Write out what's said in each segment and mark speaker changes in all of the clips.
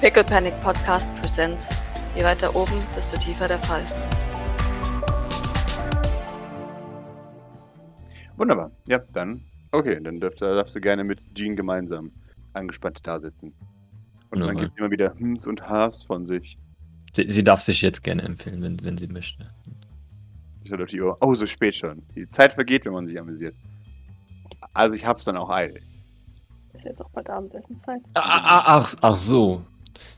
Speaker 1: Pickle Panic Podcast presents. Je weiter oben, desto tiefer der Fall.
Speaker 2: Wunderbar. Ja, dann. Okay, dann dürft, äh, darfst du gerne mit Jean gemeinsam angespannt da sitzen. Und man
Speaker 3: Wunderbar.
Speaker 2: gibt immer wieder Hms und Hs von sich.
Speaker 3: Sie, sie darf sich jetzt gerne empfehlen, wenn, wenn sie möchte.
Speaker 2: Ich schaue auf die Uhr. Oh, so spät schon. Die Zeit vergeht, wenn man sich amüsiert. Also ich hab's dann auch eilig.
Speaker 4: Ist jetzt auch bald Abendessenszeit.
Speaker 3: Ah, ah, ah, ach, ach so.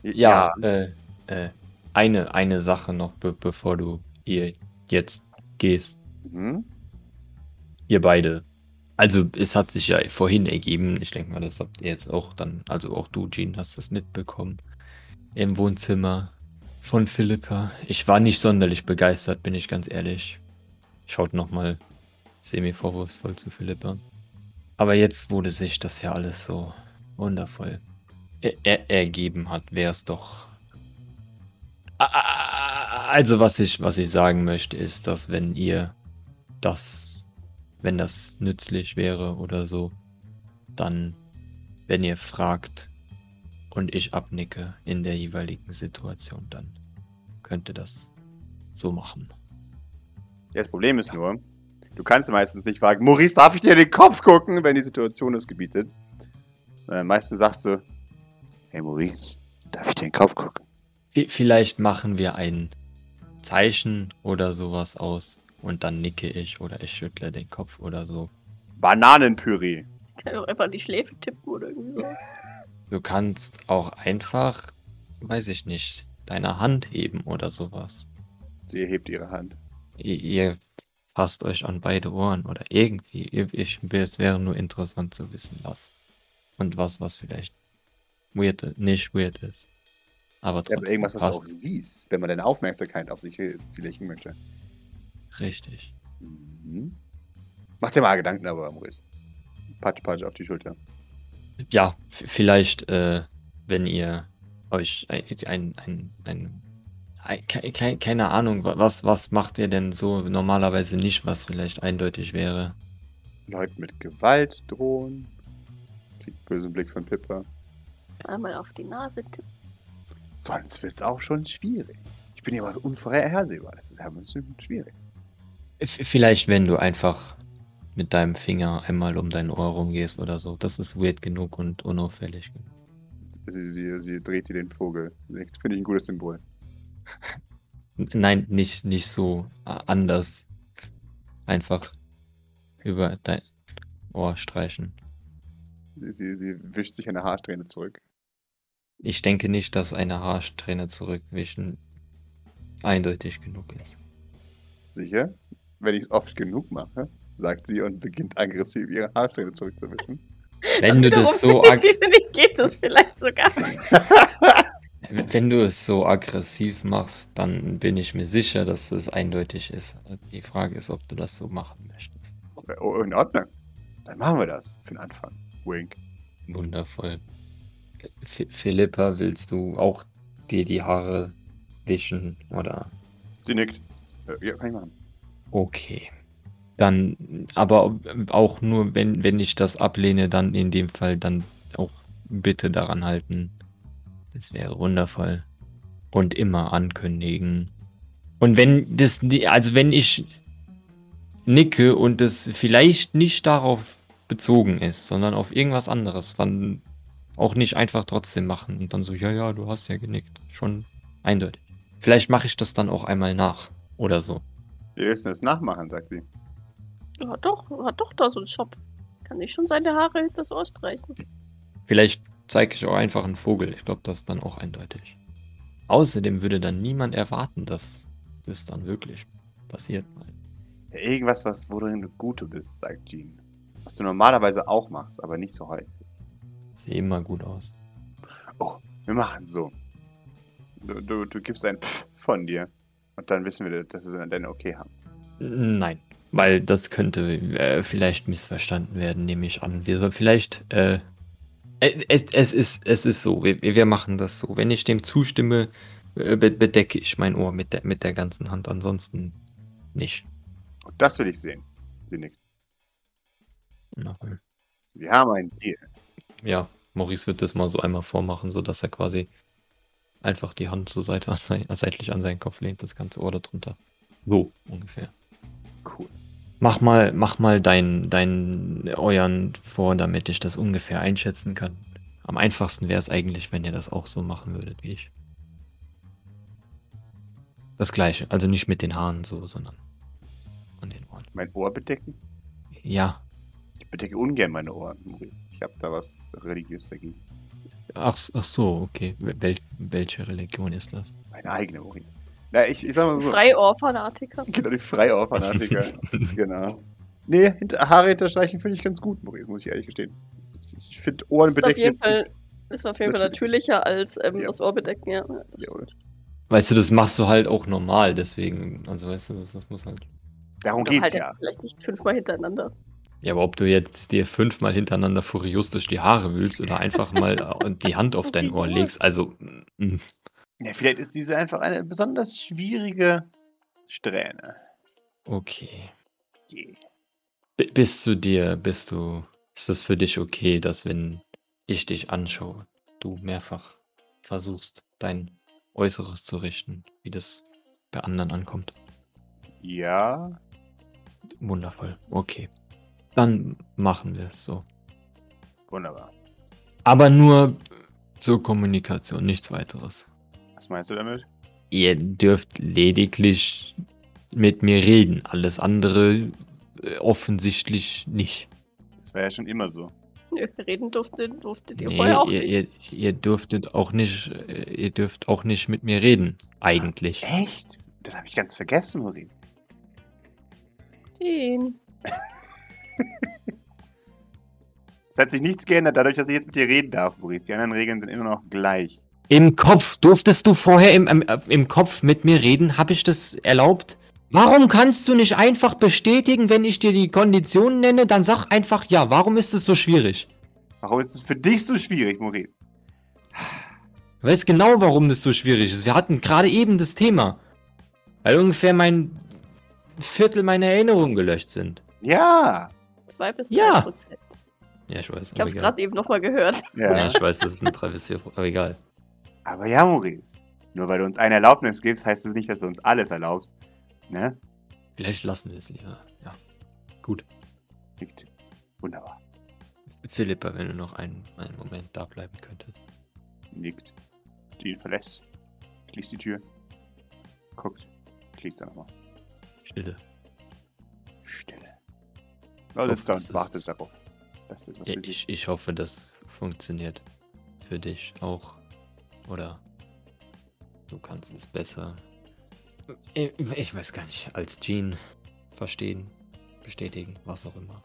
Speaker 3: Ja, Äh, äh, eine, eine Sache noch, be bevor du ihr jetzt gehst.
Speaker 2: Mhm.
Speaker 3: Ihr beide. Also, es hat sich ja vorhin ergeben. Ich denke mal, das habt ihr jetzt auch dann. Also, auch du, Jean, hast das mitbekommen. Im Wohnzimmer von Philippa. Ich war nicht sonderlich begeistert, bin ich ganz ehrlich. Schaut nochmal semi-vorwurfsvoll zu Philippa. Aber jetzt, wo sich das ja alles so wundervoll er er ergeben hat, wäre es doch. A- a- a- Also, was ich, was ich sagen möchte, ist, dass wenn ihr das, wenn das nützlich wäre oder so, dann, wenn ihr fragt und ich abnicke in der jeweiligen Situation, dann könnte das so machen.
Speaker 2: Ja, Das Problem ist nur, du kannst meistens nicht fragen, Maurice, darf ich dir in den Kopf gucken, wenn die Situation es gebietet? Sondern meistens sagst du, hey Maurice, darf ich dir in den Kopf gucken?
Speaker 3: V vielleicht machen wir ein Zeichen oder sowas aus und dann nicke ich oder ich schüttle den Kopf oder so.
Speaker 2: Bananenpüree.
Speaker 4: Ich kann doch einfach an die Schläfe tippen oder irgendwie so.
Speaker 3: Du kannst auch einfach, weiß ich nicht, deine Hand heben oder sowas.
Speaker 2: Sie hebt ihre Hand.
Speaker 3: Ihr, ihr passt euch an beide Ohren oder irgendwie. Ihr- Ich, es wäre nur interessant zu wissen, was. Und was, was vielleicht weird, i- nicht weird ist. Aber
Speaker 2: Ja,
Speaker 3: trotzdem
Speaker 2: aber irgendwas, was
Speaker 3: passt.
Speaker 2: du auch siehst, wenn man deine Aufmerksamkeit auf sich äh, zielen möchte.
Speaker 3: Richtig.
Speaker 2: Mhm. Mach dir mal Gedanken darüber, Maurice. Patsch, patsch auf die Schulter.
Speaker 3: Ja, v- vielleicht, äh, wenn ihr euch ein, ein, ein, ein, ein ke- ke- keine Ahnung, wa- was, was macht ihr denn so normalerweise nicht, was vielleicht eindeutig wäre?
Speaker 2: Leute mit Gewalt drohen. Kriegt bösen Blick von Pippa.
Speaker 4: Zweimal auf die Nase tippen.
Speaker 2: Sonst wird's auch schon schwierig. Ich bin hier was unvorhersehbar. Das ist ja ein bisschen schwierig.
Speaker 3: V- Vielleicht, wenn du einfach mit deinem Finger einmal um dein Ohr rumgehst oder so. Das ist weird genug und unauffällig genug.
Speaker 2: Sie, sie, sie dreht dir den Vogel. Finde ich ein gutes Symbol.
Speaker 3: N- Nein, nicht, nicht so a- anders. Einfach über dein Ohr streichen.
Speaker 2: Sie, sie, sie wischt sich eine Haarsträhne zurück.
Speaker 3: Ich denke nicht, dass eine Haarsträhne zurückwischen eindeutig genug ist.
Speaker 2: Sicher? Wenn ich es oft genug mache, sagt sie und beginnt aggressiv ihre Haarsträhne zurückzuwischen.
Speaker 3: Wenn du das so ag
Speaker 4: Ich geht das vielleicht sogar.
Speaker 3: wenn du es so aggressiv machst, dann bin ich mir sicher, dass es eindeutig ist. Die Frage ist, ob du das so machen möchtest.
Speaker 2: Oh, in Ordnung. Dann machen wir das für den Anfang. Wink.
Speaker 3: Wundervoll. F Philippa, willst du auch dir die Haare wischen oder?
Speaker 2: Sie nickt. Äh, Ja, kann ich machen.
Speaker 3: Okay. Dann, aber auch nur, wenn, wenn ich das ablehne, dann in dem Fall dann auch bitte daran halten. Das wäre wundervoll. Und immer ankündigen. Und wenn das, ni- also wenn ich nicke und das vielleicht nicht darauf bezogen ist, sondern auf irgendwas anderes, dann auch nicht einfach trotzdem machen und dann so, ja, ja, du hast ja genickt. Schon eindeutig. Vielleicht mache ich das dann auch einmal nach oder so.
Speaker 2: Wir müssen es nachmachen, sagt sie.
Speaker 4: Ja, doch, hat doch da so einen Schopf. Kann nicht schon seine Haare hinter das Ohr streichen.
Speaker 3: Vielleicht zeige ich auch einfach einen Vogel. Ich glaube, das ist dann auch eindeutig. Außerdem würde dann niemand erwarten, dass das dann wirklich passiert.
Speaker 2: Ja, irgendwas, was worin du gute bist, sagt Jean. Was du normalerweise auch machst, aber nicht so häufig.
Speaker 3: Sieht immer gut aus.
Speaker 2: Wir machen es so. Du, du, du gibst ein Pfff von dir. Und dann wissen wir, dass sie dein Okay haben.
Speaker 3: Nein, weil das könnte äh, vielleicht missverstanden werden, nehme ich an. Wir soll vielleicht. Äh, es, es, ist, es ist so, wir, wir machen das so. Wenn ich dem zustimme, äh, be- bedecke ich mein Ohr mit der, mit der ganzen Hand. Ansonsten nicht.
Speaker 2: Und das will ich sehen. Sie nickt.
Speaker 3: Wundervoll.
Speaker 2: Wir haben einen Deal.
Speaker 3: Ja, Maurice wird das mal so einmal vormachen, sodass er quasi Einfach die Hand so seit, seitlich an seinen Kopf lehnt, das ganze Ohr darunter. So ungefähr.
Speaker 2: Cool.
Speaker 3: Mach mal, mach mal deinen dein, euren vor, damit ich das ungefähr einschätzen kann. Am einfachsten wäre es eigentlich, wenn ihr das auch so machen würdet wie ich. Das gleiche, also nicht mit den Haaren so, sondern an den Ohren.
Speaker 2: Mein Ohr bedecken?
Speaker 3: Ja,
Speaker 2: Ich bedecke ungern meine Ohren, Maurice. Ich habe da was religiös dagegen.
Speaker 3: ach, s- ach so, okay. Wel welche Religion ist das?
Speaker 2: Meine eigene, Maurice. Na, ich, ich sag mal
Speaker 3: Also-
Speaker 2: so.
Speaker 4: Freiohr-Fanatiker.
Speaker 2: Genau, die Freiohrfanatiker. genau. Nee, hinter, Haare hinterstreichen finde ich ganz gut, Maurice, muss ich ehrlich gestehen. Ich, ich finde Ohren
Speaker 4: Ist auf
Speaker 2: bedecken.
Speaker 4: jeden
Speaker 2: jetzt-
Speaker 4: Fall, ist auf jeden Fall
Speaker 2: Natürlich.
Speaker 4: natürlicher als ähm,
Speaker 2: Ja.
Speaker 4: das Ohr bedecken, ja. Ja, das
Speaker 2: Ja, oder?
Speaker 3: Weißt du, das machst du halt auch normal, deswegen, also weißt du, das, das muss halt.
Speaker 2: Darum
Speaker 4: Oder
Speaker 2: geht's
Speaker 4: halt
Speaker 2: ja.
Speaker 4: Vielleicht nicht fünfmal hintereinander.
Speaker 3: Ja, aber ob du jetzt dir fünfmal hintereinander furios durch die Haare wühlst oder einfach mal äh, die Hand auf dein Ohr legst, also mm,
Speaker 2: ja. Vielleicht ist diese einfach eine besonders schwierige Strähne.
Speaker 3: okay.
Speaker 2: Je.
Speaker 3: B bist du dir, bist du, ist das für dich okay, dass wenn ich dich anschaue, du mehrfach versuchst, dein Äußeres zu richten, wie das bei anderen ankommt?
Speaker 2: Ja.
Speaker 3: Wundervoll, okay. Dann machen wir es so.
Speaker 2: Wunderbar.
Speaker 3: Aber nur zur Kommunikation, nichts weiteres.
Speaker 2: Was meinst du damit?
Speaker 3: Ihr dürft lediglich mit mir reden. Alles andere äh, offensichtlich nicht.
Speaker 2: Das war ja schon immer so.
Speaker 4: Nö, reden durftet, durftet ihr
Speaker 3: Nee,
Speaker 4: vorher auch
Speaker 3: ihr,
Speaker 4: nicht.
Speaker 3: ihr, ihr dürftet auch nicht, äh, ihr dürft auch nicht mit mir reden. Eigentlich.
Speaker 2: Echt? Das habe ich ganz vergessen, Maurice.
Speaker 4: Den.
Speaker 2: Es hat sich nichts geändert, dadurch, dass ich jetzt mit dir reden darf, Maurice. Die anderen Regeln sind immer noch gleich.
Speaker 3: Im Kopf durftest du vorher im, im, im Kopf mit mir reden. Habe ich das erlaubt? Warum kannst du nicht einfach bestätigen, wenn ich dir die Konditionen nenne? Dann sag einfach ja. Warum ist es so schwierig?
Speaker 2: Warum ist es für dich so schwierig, Maurice?
Speaker 3: Du weißt genau, warum das so schwierig ist. Wir hatten gerade eben das Thema. Weil ungefähr mein Viertel meiner Erinnerungen gelöscht sind.
Speaker 2: Ja.
Speaker 4: Zwei bis drei
Speaker 3: Ja.
Speaker 4: Prozent.
Speaker 3: Ja, ich weiß.
Speaker 4: Ich hab's gerade eben nochmal gehört.
Speaker 3: Ja, ich weiß, das ist ein 3 bis 4, aber egal.
Speaker 2: Aber ja, Maurice. Nur weil du uns eine Erlaubnis gibst, heißt es nicht, dass du uns alles erlaubst. Ne?
Speaker 3: Vielleicht lassen wir es lieber. Ja.
Speaker 2: Liegt. Wunderbar.
Speaker 3: Philippa, wenn du noch einen, einen Moment da bleiben könntest.
Speaker 2: Nickt. Jean verlässt. Schließt die Tür. Guckt. Schließt dann nochmal.
Speaker 3: Stille.
Speaker 2: Stille. Na, sitzt da
Speaker 3: Hoffentlich
Speaker 2: und
Speaker 3: ist-
Speaker 2: wartet darauf. Das ist was
Speaker 3: Ja,
Speaker 2: für dich.
Speaker 3: ich, ich hoffe, das funktioniert für dich auch. Oder du kannst es besser. Ich, ich weiß gar nicht. Als Jean verstehen, bestätigen, was auch immer.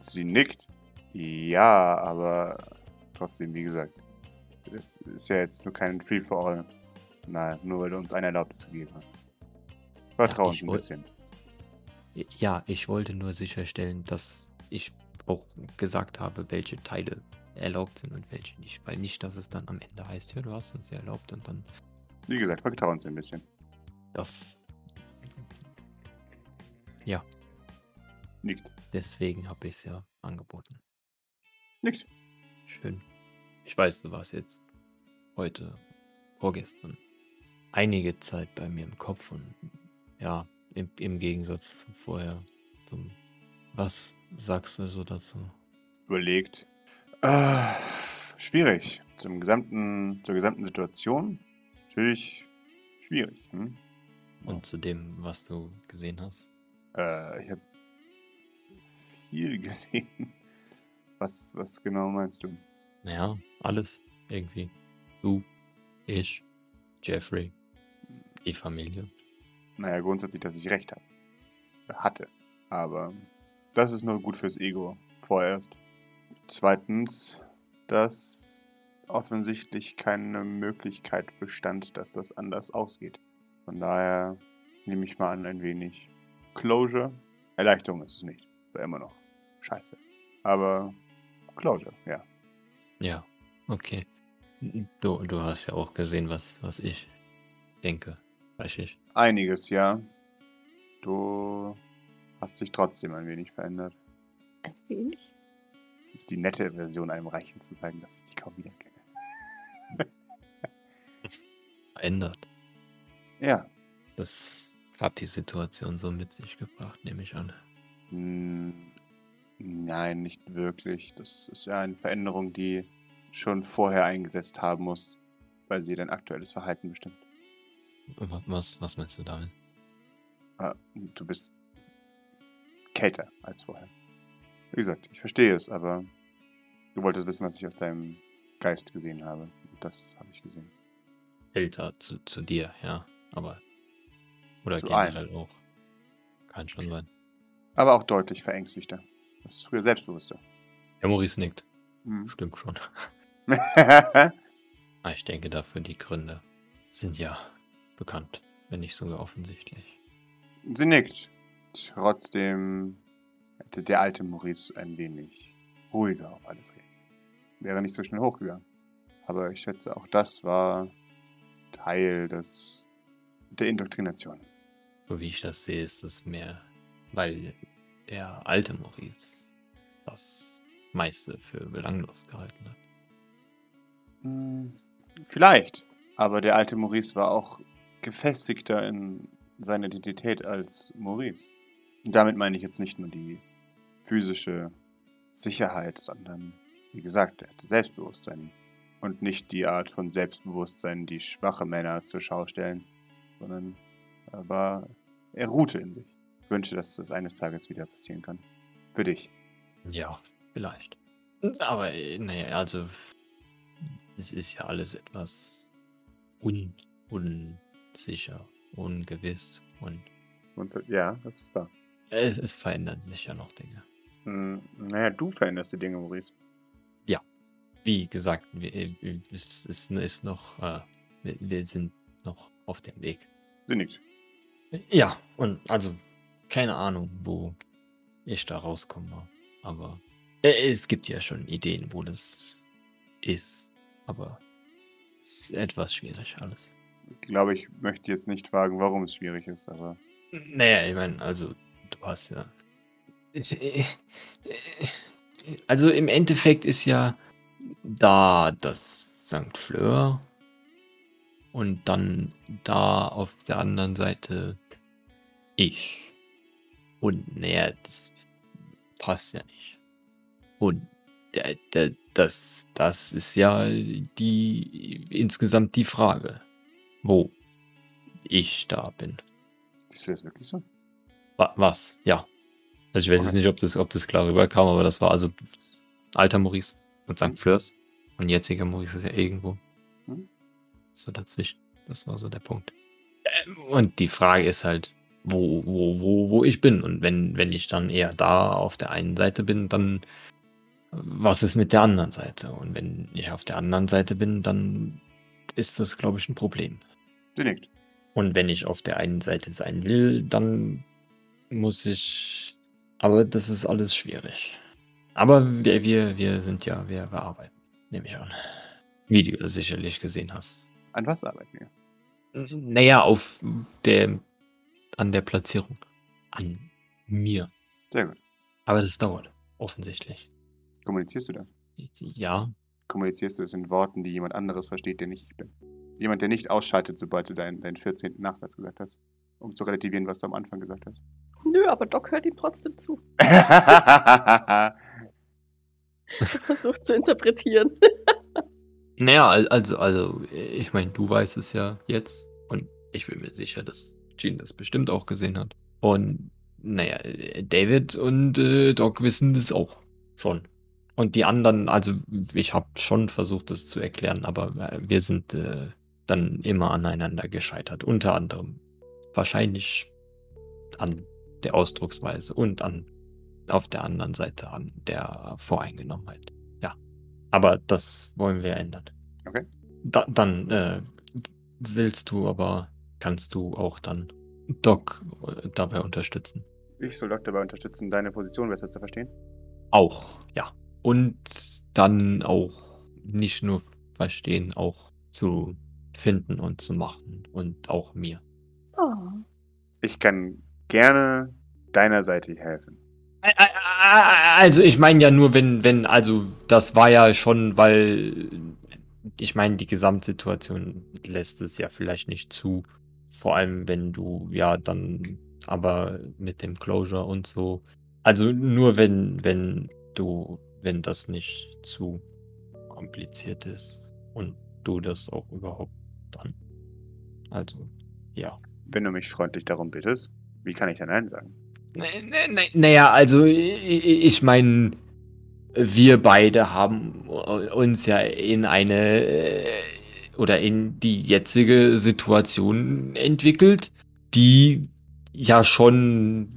Speaker 2: Sie nickt. Ja, aber trotzdem, wie gesagt, das ist ja jetzt nur kein Free for All. Nein, nur weil du uns eine Erlaubnis gegeben hast. Vertrau
Speaker 3: Ja,
Speaker 2: uns
Speaker 3: ich
Speaker 2: ein
Speaker 3: woll-
Speaker 2: bisschen.
Speaker 3: Ja, ich wollte nur sicherstellen, dass ich auch gesagt habe, welche Teile erlaubt sind und welche nicht. Weil nicht, dass es dann am Ende heißt, ja, du hast uns ja erlaubt und dann
Speaker 2: Wie gesagt, vertrau uns ein bisschen.
Speaker 3: das.
Speaker 2: Nickt.
Speaker 3: Deswegen habe ich es ja angeboten.
Speaker 2: Nickt.
Speaker 3: Schön. Ich weiß, du warst jetzt heute, vorgestern, einige Zeit bei mir im Kopf und ja, im, im Gegensatz zu vorher. Zum, was sagst du so dazu?
Speaker 2: Überlegt. Äh, schwierig. Zum gesamten, zur gesamten Situation. Natürlich schwierig. Hm?
Speaker 3: Und zu dem, was du gesehen hast?
Speaker 2: Äh, ich habe viel gesehen. Was, was genau meinst du?
Speaker 3: Naja, alles irgendwie. Du, ich, Jeffrey, die Familie.
Speaker 2: Naja, grundsätzlich, dass ich recht habe. Hatte. Aber das ist nur gut fürs Ego. Vorerst. Zweitens, dass offensichtlich keine Möglichkeit bestand, dass das anders ausgeht. Von daher nehme ich mal an, ein wenig Closure. Erleichterung ist es nicht. War immer noch scheiße. Aber Closure, ja.
Speaker 3: Ja, okay. Du, du hast ja auch gesehen, was, was ich denke. Weiß ich.
Speaker 2: Einiges, ja. Du hast dich trotzdem ein wenig verändert.
Speaker 4: Ein wenig.
Speaker 2: Es ist die nette Version, einem Reichen zu sagen, dass ich dich kaum wiederkenne.
Speaker 3: verändert.
Speaker 2: Ja.
Speaker 3: Das hat die Situation so mit sich gebracht, nehme ich an.
Speaker 2: Hm, Nein, nicht wirklich. Das ist ja eine Veränderung, die schon vorher eingesetzt haben muss, weil sie dein aktuelles Verhalten bestimmt.
Speaker 3: Was, was, was meinst du damit?
Speaker 2: Ah, Du bist kälter als vorher. Wie gesagt, ich verstehe es, aber du wolltest wissen, was ich aus deinem Geist gesehen habe. Und Das habe ich gesehen.
Speaker 3: Älter zu, zu dir, ja. Aber. Oder
Speaker 2: Zu
Speaker 3: generell auch. Kann schon sein.
Speaker 2: Aber auch deutlich verängstigter. Das ist früher selbstbewusster.
Speaker 3: Ja, Maurice nickt.
Speaker 2: Hm.
Speaker 3: Stimmt schon. Ah, Ich denke, dafür die Gründe sind ja bekannt, wenn nicht sogar offensichtlich.
Speaker 2: Sie nickt. Trotzdem hätte der alte Maurice ein wenig ruhiger auf alles reagiert. Wäre nicht so schnell hochgegangen. Aber ich schätze, auch das war Teil des, der Indoktrination.
Speaker 3: So wie ich das sehe, ist es mehr, weil der alte Maurice das meiste für belanglos gehalten hat.
Speaker 2: Hm, Vielleicht. Aber der alte Maurice war auch gefestigter in seiner Identität als Maurice. Und damit meine ich jetzt nicht nur die physische Sicherheit, sondern, wie gesagt, er hatte Selbstbewusstsein. Und nicht die Art von Selbstbewusstsein, die schwache Männer zur Schau stellen, sondern er war, er ruhte in sich. Ich wünsche, dass das eines Tages wieder passieren kann. Für dich.
Speaker 3: Ja, vielleicht. Aber äh, nee, also es ist ja alles etwas un unsicher, ungewiss und
Speaker 2: Und für, ja, das ist wahr.
Speaker 3: es, es verändern sich ja noch Dinge.
Speaker 2: Hm, naja, du veränderst die Dinge, Maurice.
Speaker 3: wie gesagt, wir, äh, es ist, ist noch, äh, wir, wir sind noch auf dem Weg.
Speaker 2: Sie nickt.
Speaker 3: Ja, und also keine Ahnung, wo ich da rauskomme, aber äh, es gibt ja schon Ideen, wo das ist, aber es ist etwas schwierig alles.
Speaker 2: glaube, ich möchte jetzt nicht fragen, warum es schwierig ist, aber
Speaker 3: Naja, ich meine, also du hast ja. Also im Endeffekt ist ja da das St. Fleur und dann da auf der anderen Seite ich. Und naja, das passt ja nicht. Und der, der, das, das ist ja die insgesamt die Frage, wo ich da bin.
Speaker 2: siehst du das wirklich so?
Speaker 3: Wa- Was? Ja. Also ich weiß jetzt nicht, ob das, ob das klar rüberkam, aber das war also alter Maurice und St. Flörs. Und jetziger Maurice ist ja irgendwo.
Speaker 2: Hm.
Speaker 3: So dazwischen. Das war so der Punkt. Ähm, Und die Frage ist halt, wo, wo, wo, wo ich bin. Und wenn, wenn ich dann eher da auf der einen Seite bin, dann was ist mit der anderen Seite? Und wenn ich auf der anderen Seite bin, dann ist das, glaube ich, ein Problem.
Speaker 2: Sie nickt.
Speaker 3: Und wenn ich auf der einen Seite sein will, dann muss ich. Aber das ist alles schwierig. Aber wir, wir, wir sind ja, wir, wir arbeiten, nehme ich an. Wie du das sicherlich gesehen hast.
Speaker 2: An was arbeiten wir?
Speaker 3: N- Naja, auf der, an der Platzierung. An mir.
Speaker 2: Sehr gut.
Speaker 3: Aber das dauert, offensichtlich.
Speaker 2: Kommunizierst du das?
Speaker 3: Ja,
Speaker 2: Kommunizierst du es in Worten, die jemand anderes versteht, der nicht ich bin? Jemand, der nicht ausschaltet, sobald du deinen, deinen 14. Nachsatz gesagt hast, um zu relativieren, was du am Anfang gesagt
Speaker 4: Nö, aber Doc hört ihm trotzdem zu.
Speaker 2: hast.
Speaker 4: Er versucht zu interpretieren.
Speaker 3: Naja, al- also, also, ich meine, du weißt es ja jetzt. Und ich bin mir sicher, dass Jean das bestimmt auch gesehen hat. Und naja, äh, David und äh, Doc wissen das auch schon. Und die anderen, also ich habe schon versucht, das zu erklären, aber äh, wir sind äh, dann immer aneinander gescheitert. Unter anderem wahrscheinlich an der Ausdrucksweise und an auf der anderen Seite an der Voreingenommenheit. Ja, aber das wollen wir ändern.
Speaker 2: Okay.
Speaker 3: Da, dann äh, willst du aber, kannst du auch dann Doc äh, dabei unterstützen.
Speaker 2: ich soll Doc dabei unterstützen, deine Position besser zu verstehen?
Speaker 3: Auch, ja. Und dann auch nicht nur verstehen, auch zu finden und zu machen. Und auch mir.
Speaker 4: Ah.
Speaker 2: Ich kann gerne deiner Seite helfen.
Speaker 3: Ä- ä- ä- Also ich meine ja nur, wenn, wenn, also das war ja schon, weil ich meine, die Gesamtsituation lässt es ja vielleicht nicht zu. Vor allem, wenn du ja dann aber mit dem Closure und so. Also nur wenn, wenn du, wenn das nicht zu kompliziert ist und du das auch überhaupt dann. Also, ja.
Speaker 2: Wenn du mich freundlich darum bittest, wie kann ich dann Nein sagen?
Speaker 3: Ne, Naja, also ich, ich meine, wir beide haben uns ja in eine äh, oder in die jetzige Situation entwickelt, die ja schon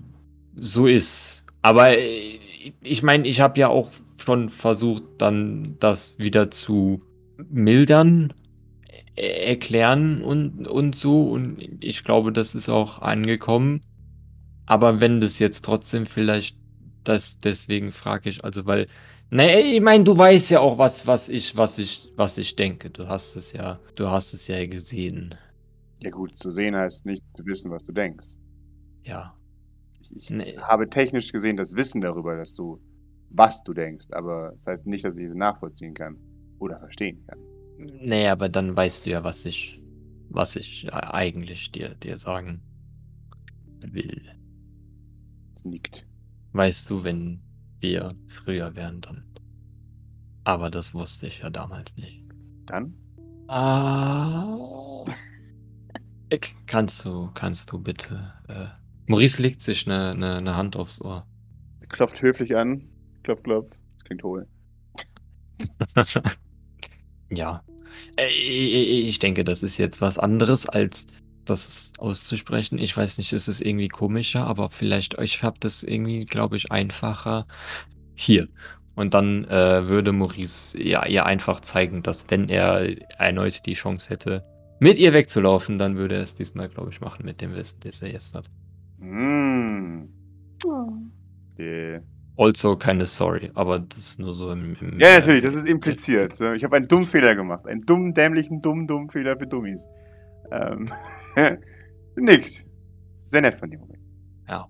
Speaker 3: so ist. Aber äh, ich meine, ich habe ja auch schon versucht, dann das wieder zu mildern, äh, erklären und, und so. Und ich glaube, das ist auch angekommen. Aber wenn das jetzt trotzdem vielleicht, das deswegen frage ich, also weil, ne, ich meine, du weißt ja auch was, was ich, was ich, was ich denke. Du hast es ja, du hast es ja gesehen.
Speaker 2: Ja gut, zu sehen heißt nicht zu wissen, was du denkst.
Speaker 3: Ja.
Speaker 2: Ich
Speaker 3: Nee.
Speaker 2: habe technisch gesehen das Wissen darüber, dass du, was du denkst, aber das heißt nicht, dass ich es nachvollziehen kann oder verstehen kann.
Speaker 3: Naja, aber dann weißt du ja, was ich, was ich eigentlich dir, dir sagen will.
Speaker 2: Es nickt.
Speaker 3: Weißt du, wenn wir früher wären, dann. Aber das wusste ich ja damals nicht.
Speaker 2: Dann?
Speaker 3: Ah. Ich- Äh, Kannst du, kannst du bitte. Äh, Maurice legt sich eine, eine, eine Hand aufs Ohr.
Speaker 2: Sie klopft höflich an. Klopf, klopf. Das klingt hohl.
Speaker 3: Ja. Äh, Ich ich denke, das ist jetzt was anderes, als das auszusprechen. Ich weiß nicht, ist es irgendwie komischer, aber vielleicht, ich habe das irgendwie, glaube ich, einfacher hier. Und dann äh, würde Maurice ja, ihr einfach zeigen, dass wenn er erneut die Chance hätte, mit ihr wegzulaufen, dann würde er es diesmal, glaube ich, machen mit dem Wissen, das er jetzt hat.
Speaker 2: Mmh.
Speaker 4: Oh.
Speaker 2: Yeah.
Speaker 3: Also keine Sorry, aber das ist nur so im... im
Speaker 2: Ja, natürlich, das ist impliziert. So, Ich habe einen dummen Fehler gemacht. Einen dummen, dämlichen, dummen, dummen Fehler für Dummies. Ähm, nickt. Sehr nett von dir, Maurice.
Speaker 3: Ja.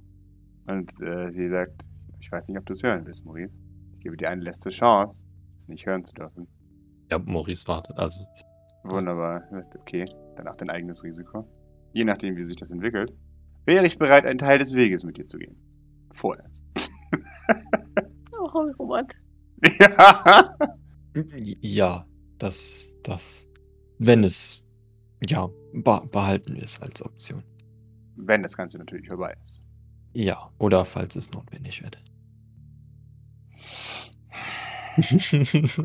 Speaker 2: Und äh, sie sagt, ich weiß nicht, ob du es hören willst, Maurice. Ich gebe dir eine letzte Chance, es nicht hören zu dürfen.
Speaker 3: Ja, Maurice wartet, also
Speaker 2: Wunderbar. Er sagt, Okay, dann auch dein eigenes Risiko. Je nachdem, wie sich das entwickelt, wäre ich bereit, einen Teil des Weges mit dir zu gehen. Vorerst.
Speaker 4: oh, Robert.
Speaker 2: ja.
Speaker 3: Ja, das, das, wenn es, ja, be- behalten wir es als Option.
Speaker 2: Wenn das Ganze natürlich vorbei ist.
Speaker 3: Ja, oder falls es notwendig wird.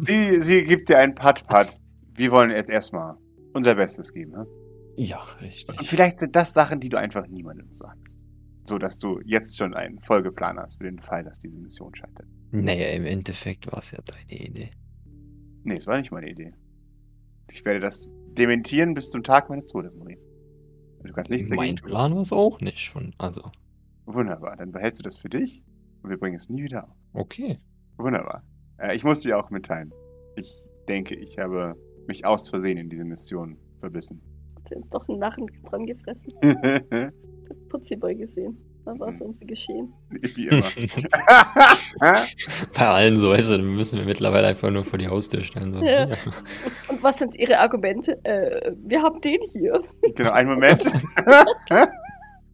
Speaker 2: Sie, sie gibt dir einen Pat-Pat. Wir wollen es erstmal unser Bestes geben. Ne?
Speaker 3: ja,
Speaker 2: Und
Speaker 3: richtig.
Speaker 2: vielleicht sind das Sachen, die du einfach niemandem sagst. So dass du jetzt schon einen Folgeplan hast für den Fall, dass diese Mission scheitert.
Speaker 3: Naja, im Endeffekt war es ja deine Idee.
Speaker 2: Nee, das war nicht meine Idee. Ich werde das dementieren bis zum Tag meines Todes, Maurice. Du kannst nichts dagegen
Speaker 3: mein
Speaker 2: tun.
Speaker 3: Plan war es auch nicht. Von, also,
Speaker 2: Wunderbar, dann behältst du das für dich und wir bringen es nie wieder auf.
Speaker 3: okay.
Speaker 2: Wunderbar. Äh, ich muss dir auch mitteilen. Ich denke, ich habe mich aus Versehen in diese Mission verbissen.
Speaker 4: Hat sie uns doch einen Narren dran gefressen.
Speaker 2: wie
Speaker 4: Hat Putziboy gesehen. Da war es um sie geschehen.
Speaker 2: immer.
Speaker 3: Bei allen so, weißt du, dann müssen wir mittlerweile einfach nur vor die Haustür stellen. So.
Speaker 4: Ja. Und was sind ihre Argumente? Äh, wir haben den hier.
Speaker 2: genau, einen Moment.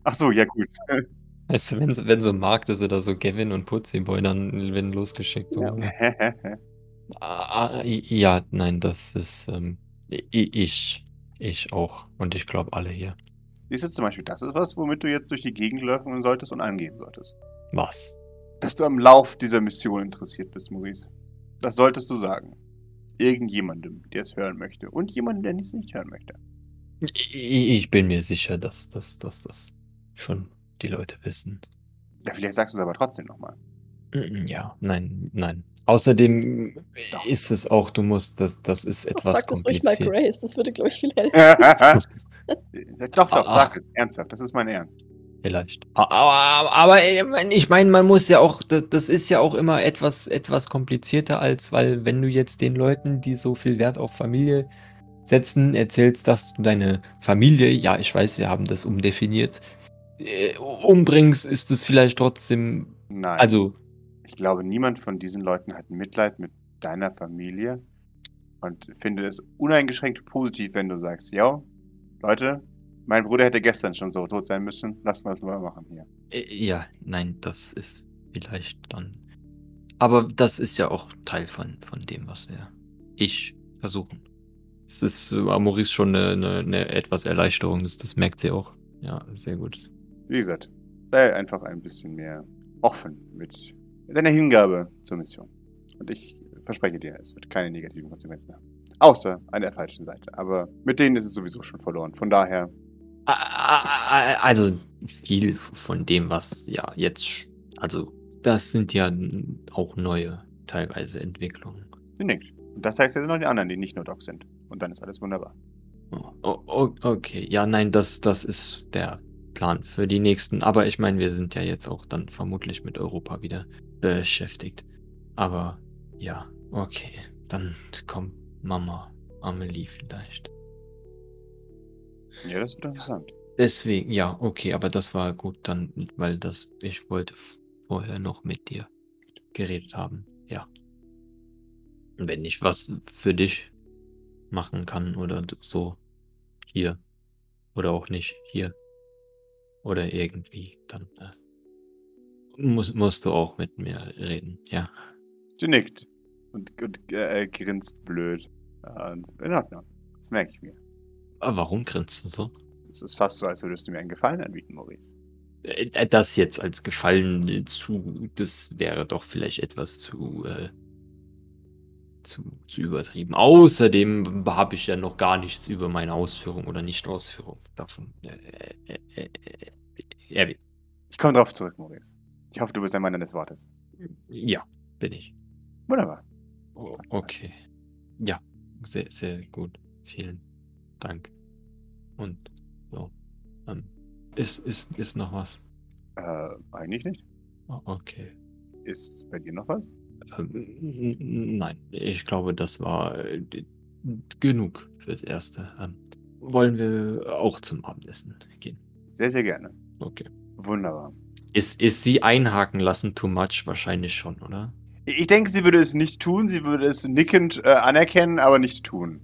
Speaker 2: Ach so, ja gut.
Speaker 3: Weißt du, wenn, so- wenn so ein Markt ist oder so Gavin und Putziboy, dann werden losgeschickt.
Speaker 4: Ja.
Speaker 3: oder? Ah, ah, ja, nein, das ist ähm, i- i- ich. Ich auch. Und ich glaube alle hier.
Speaker 2: Siehst du zum Beispiel, das ist was, womit du jetzt durch die Gegend laufen solltest und angeben solltest.
Speaker 3: Was?
Speaker 2: Dass du am Lauf dieser Mission interessiert bist, Maurice. Das solltest du sagen. Irgendjemandem, der es hören möchte. Und jemandem, der es nicht hören möchte.
Speaker 3: I- i- Ich bin mir sicher, dass das dass, dass schon die Leute wissen.
Speaker 2: Ja, vielleicht sagst du es aber trotzdem nochmal.
Speaker 3: Mm, Ja, nein, nein. Außerdem
Speaker 2: Doch.
Speaker 3: ist es auch, du musst, das, das ist
Speaker 4: Doch,
Speaker 3: etwas
Speaker 4: sag das ruhig mal,
Speaker 3: kompliziert.
Speaker 4: Grace. Das würde, glaube ich, viel helfen.
Speaker 2: doch, doch,
Speaker 3: Ah, ah.
Speaker 2: sag es. Ernsthaft, das ist mein Ernst.
Speaker 3: Vielleicht. A- Aber, aber ich mein, ich meine, man muss ja auch, das das ist ja auch immer etwas, etwas komplizierter als, weil wenn du jetzt den Leuten, die so viel Wert auf Familie setzen, erzählst, dass du deine Familie, ja, ich weiß, wir haben das umdefiniert, äh, umbringst, ist es vielleicht trotzdem,
Speaker 2: Nein.
Speaker 3: also,
Speaker 2: ich glaube, niemand von diesen Leuten hat Mitleid mit deiner Familie Und finde es uneingeschränkt positiv, wenn du sagst, ja, Leute, mein Bruder hätte gestern schon so tot sein müssen. Lassen wir es mal machen hier.
Speaker 3: Äh, Ja, nein, das ist vielleicht dann. Aber das ist ja auch Teil von, von dem, was wir ich versuchen. Es ist äh, Maurice schon eine, eine, eine etwas Erleichterung, das, das merkt sie auch. Ja, sehr gut.
Speaker 2: Wie gesagt, sei einfach ein bisschen mehr offen mit deiner Hingabe zur Mission. Und ich verspreche dir, es wird keine negativen Konsequenzen haben. Außer an der falschen Seite. Aber mit denen ist es sowieso schon verloren. Von daher,
Speaker 3: A- a- a- Also viel von dem, was ja jetzt, sch- also das sind ja auch neue teilweise Entwicklungen.
Speaker 2: sie nickt. Und das heißt jetzt noch die anderen, die nicht nur Doc sind. Und dann ist alles wunderbar.
Speaker 3: Oh, o- o- okay, ja, nein, das, das ist der Plan für die nächsten. Aber ich meine, wir sind ja jetzt auch dann vermutlich mit Europa wieder beschäftigt. Aber ja, okay, dann kommt Mama Amelie vielleicht.
Speaker 2: Ja, das wird interessant.
Speaker 3: Deswegen, ja, okay, aber das war gut dann, weil das, ich wollte f- vorher noch mit dir geredet haben. Ja. Wenn ich was für dich machen kann oder d- so hier oder auch nicht hier oder irgendwie, dann äh, muss, musst du auch mit mir reden. Ja,
Speaker 2: Sie nickt. Und, und äh, grinst blöd. Und in Ordnung. Das merke ich mir.
Speaker 3: aber warum grinst du so?
Speaker 2: Es ist fast so, als würdest du mir einen Gefallen anbieten, Maurice.
Speaker 3: Äh, Das jetzt als Gefallen äh, zu, das wäre doch vielleicht etwas zu, äh, zu, zu übertrieben. Außerdem habe ich ja noch gar nichts über meine Ausführung oder Nichtausführung davon äh, äh, äh, äh, erwähnt.
Speaker 2: Ich komme drauf zurück, Maurice. Ich hoffe, du bist ein Mann deines Wortes.
Speaker 3: Ja, bin ich.
Speaker 2: Wunderbar.
Speaker 3: O- Okay. Ja, sehr, sehr gut. Vielen Dank. Und so. Ähm, ist, ist, ist noch was?
Speaker 2: Äh, eigentlich nicht.
Speaker 3: O- Okay.
Speaker 2: Ist bei dir noch was?
Speaker 3: Ähm, n- n- Nein, ich glaube, das war äh, d- genug fürs Erste. Ähm, Wollen wir auch zum Abendessen gehen?
Speaker 2: Sehr, sehr gerne.
Speaker 3: Okay.
Speaker 2: Wunderbar.
Speaker 3: Ist, ist sie einhaken lassen too much? Wahrscheinlich schon, oder?
Speaker 2: Ich ich denke, sie würde es nicht tun. Sie würde es nickend äh, anerkennen, aber nicht tun.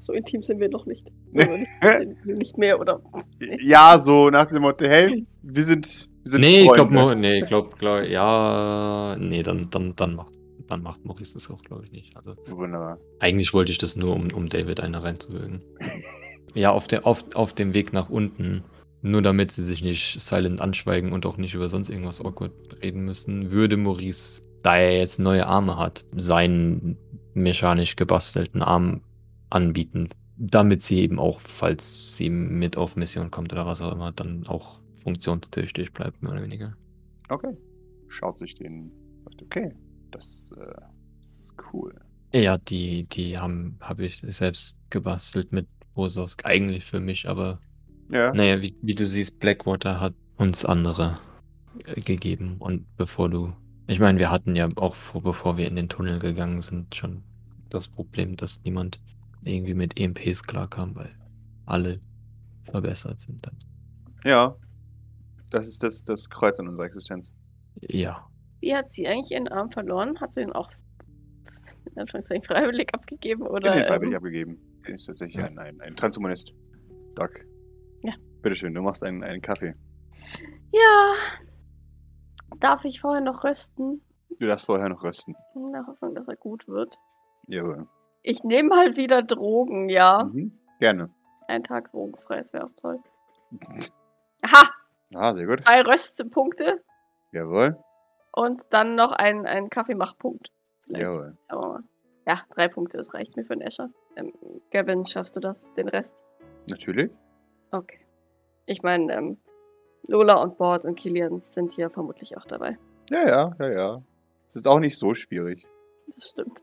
Speaker 4: So intim sind wir noch nicht.
Speaker 2: Nee.
Speaker 4: Also nicht, nicht mehr, oder?
Speaker 2: Ja, so nach dem Motto, hey, wir sind, wir sind
Speaker 3: Nee, ich
Speaker 2: Freunde.
Speaker 3: glaube, nee, ich glaub, glaub, ja, nee, dann, dann, dann, macht, dann macht Maurice das auch, glaube ich, nicht. Also,
Speaker 2: Wunderbar.
Speaker 3: eigentlich wollte ich das nur, um, um David eine reinzuwirken. ja, auf, der, auf, auf dem Weg nach unten, nur damit sie sich nicht silent anschweigen und auch nicht über sonst irgendwas awkward reden müssen, würde Maurice, da er jetzt neue Arme hat, seinen mechanisch gebastelten Arm anbieten, damit sie eben auch, falls sie mit auf Mission kommt oder was auch immer, dann auch funktionstüchtig bleibt, mehr oder weniger.
Speaker 2: Okay. Schaut sich den. sagt, Okay, das, äh, das ist cool.
Speaker 3: Ja, die, die haben, habe ich selbst gebastelt mit Bosos, eigentlich für mich, aber
Speaker 2: Ja.
Speaker 3: Naja, wie, wie du siehst, Blackwater hat uns andere äh, gegeben. Und bevor du. Ich meine, wir hatten ja auch, vor, bevor wir in den Tunnel gegangen sind, schon das Problem, dass niemand irgendwie mit EMPs klarkam, weil alle verbessert sind dann.
Speaker 2: Ja. Das ist das, das Kreuz an unserer Existenz.
Speaker 3: Ja.
Speaker 4: Wie hat sie eigentlich ihren Arm verloren? Hat sie ihn auch in Anführungszeichen freiwillig abgegeben? Oder,
Speaker 2: Oder, den
Speaker 4: ähm,
Speaker 2: freiwillig abgegeben. Den ist tatsächlich ein, ein, ein Transhumanist. Doc.
Speaker 4: Ja.
Speaker 2: Bitteschön, du machst einen, einen Kaffee.
Speaker 4: Ja. Darf ich vorher noch rösten?
Speaker 2: Du darfst vorher noch rösten.
Speaker 4: In der Hoffnung, dass er gut wird.
Speaker 2: Jawohl.
Speaker 4: Ich nehme halt wieder Drogen, ja.
Speaker 2: Mhm. Gerne.
Speaker 4: Ein Tag drogenfrei, das wäre auch toll. Aha,
Speaker 2: Ah, sehr gut.
Speaker 4: drei Röstpunkte
Speaker 2: Jawohl.
Speaker 4: und dann noch ein, ein Kaffeemachpunkt. Vielleicht.
Speaker 2: Jawohl.
Speaker 4: Schauen wir mal. Ja, drei Punkte, das reicht mir für einen Escher. Ähm, Gavin, schaffst du das? Den Rest?
Speaker 2: Natürlich.
Speaker 4: Okay. Ich meine, ähm, Lola und Bord und Kilian sind hier vermutlich auch dabei.
Speaker 2: Ja, ja, ja, ja. Es ist auch nicht so schwierig.
Speaker 4: Das stimmt.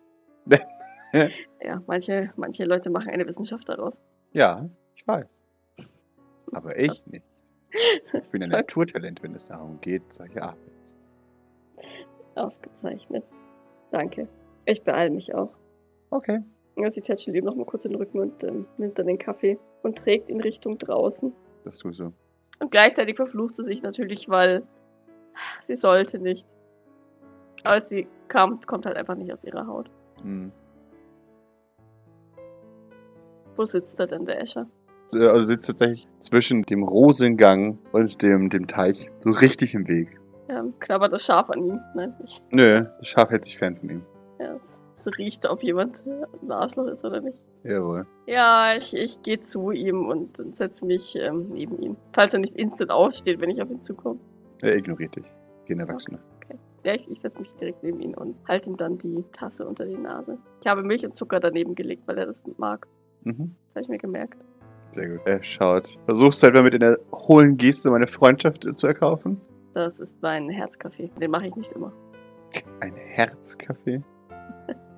Speaker 4: ja, manche, manche Leute machen eine Wissenschaft daraus.
Speaker 2: Ja, ich weiß. Aber ich nicht. Ich bin ein Naturtalent, wenn es darum geht, solche Arbeiten. zu-
Speaker 4: Ausgezeichnet. Danke. Ich beeile mich auch.
Speaker 2: Okay.
Speaker 4: Ja, sie tätschelt ihm nochmal kurz den Rücken und ähm, nimmt dann den Kaffee und trägt ihn Richtung draußen.
Speaker 2: Das tust du.
Speaker 4: Und gleichzeitig verflucht sie sich natürlich, weil sie sollte nicht.
Speaker 2: Hm.
Speaker 4: Aber sie kam, kommt halt einfach nicht aus ihrer Haut.
Speaker 2: Mhm.
Speaker 4: Wo sitzt er denn, der Escher?
Speaker 2: Äh, Also sitzt tatsächlich zwischen dem Rosengang und dem, dem Teich. So richtig im Weg.
Speaker 4: Ähm, knabbert das Schaf an ihm? Nein, nicht.
Speaker 2: Nö, das Schaf hält sich fern von ihm.
Speaker 4: Ja, es, es riecht, ob jemand äh, ein Arschloch ist oder nicht.
Speaker 2: Jawohl.
Speaker 4: Ja, ich, ich gehe zu ihm und, und setze mich ähm, neben ihn. Falls er nicht instant aufsteht, wenn ich auf ihn zukomme.
Speaker 2: Er ignoriert dich. Gehen Erwachsene.
Speaker 4: Ja, ich, ich setze mich direkt neben ihn und halte ihm dann die Tasse unter die Nase. Ich habe Milch und Zucker daneben gelegt, weil er das mag.
Speaker 2: Mhm.
Speaker 4: Das habe ich mir gemerkt.
Speaker 2: Sehr gut. Er schaut. Versuchst du etwa mit einer hohlen Geste meine Freundschaft äh, zu erkaufen?
Speaker 4: Das ist mein Herzkaffee. Den mache ich nicht immer.
Speaker 2: Ein Herzkaffee?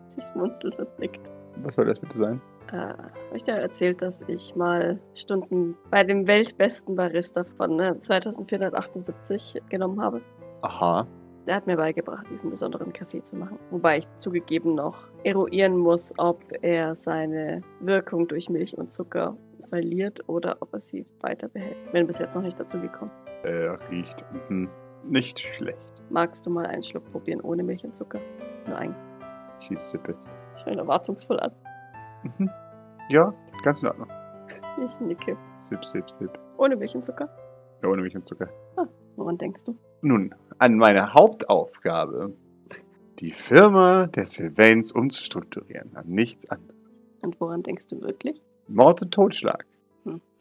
Speaker 4: Sie schmunzelt und nickt.
Speaker 2: Was soll das bitte sein?
Speaker 4: Äh, hab ich dir erzählt, dass ich mal Stunden bei dem weltbesten Barista von äh, 2478 genommen habe?
Speaker 2: Aha.
Speaker 4: Er hat mir beigebracht, diesen besonderen Kaffee zu machen. Wobei ich zugegeben noch eruieren muss, ob er seine Wirkung durch Milch und Zucker verliert oder ob er sie weiter behält. Ich bin bis jetzt noch nicht dazu gekommen.
Speaker 2: Er riecht mhm. nicht schlecht.
Speaker 4: Magst du mal einen Schluck probieren ohne Milch und Zucker? Nein.
Speaker 2: Ich sippe.
Speaker 4: Schön erwartungsvoll an.
Speaker 2: Mhm. Ja, ganz in Ordnung.
Speaker 4: Ich nicke.
Speaker 2: Sip, sip, sip.
Speaker 4: Ohne Milch und Zucker?
Speaker 2: Ja, ohne Milch und Zucker.
Speaker 4: Woran denkst du?
Speaker 2: Nun, an meine Hauptaufgabe, die Firma der Sylvains umzustrukturieren, an nichts anderes.
Speaker 4: Und woran denkst du wirklich?
Speaker 2: Mord und Totschlag.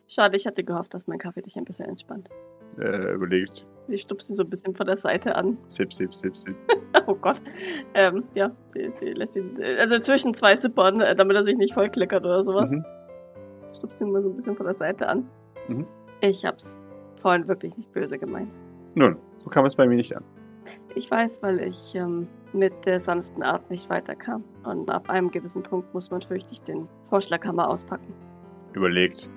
Speaker 4: Schade, ich hatte gehofft, dass mein Kaffee dich ein bisschen entspannt.
Speaker 2: Äh, überlegt.
Speaker 4: Sie stupst sie so ein bisschen von der Seite an.
Speaker 2: Sip, sip, sip, sip.
Speaker 4: Oh Gott. Ähm, ja, sie, sie lässt ihn. äh, Also zwischen zwei Sippern, äh, damit er sich nicht vollkleckert oder sowas.
Speaker 2: Mhm.
Speaker 4: Stupst ihn mal so ein bisschen von der Seite an.
Speaker 2: Mhm.
Speaker 4: Ich hab's vorhin wirklich nicht böse gemeint.
Speaker 2: Nun, so kam es bei mir nicht an.
Speaker 4: Ich weiß, weil ich ähm, mit der sanften Art nicht weiterkam. Und ab einem gewissen Punkt muss man fürchtig den Vorschlaghammer auspacken.
Speaker 2: Überlegt.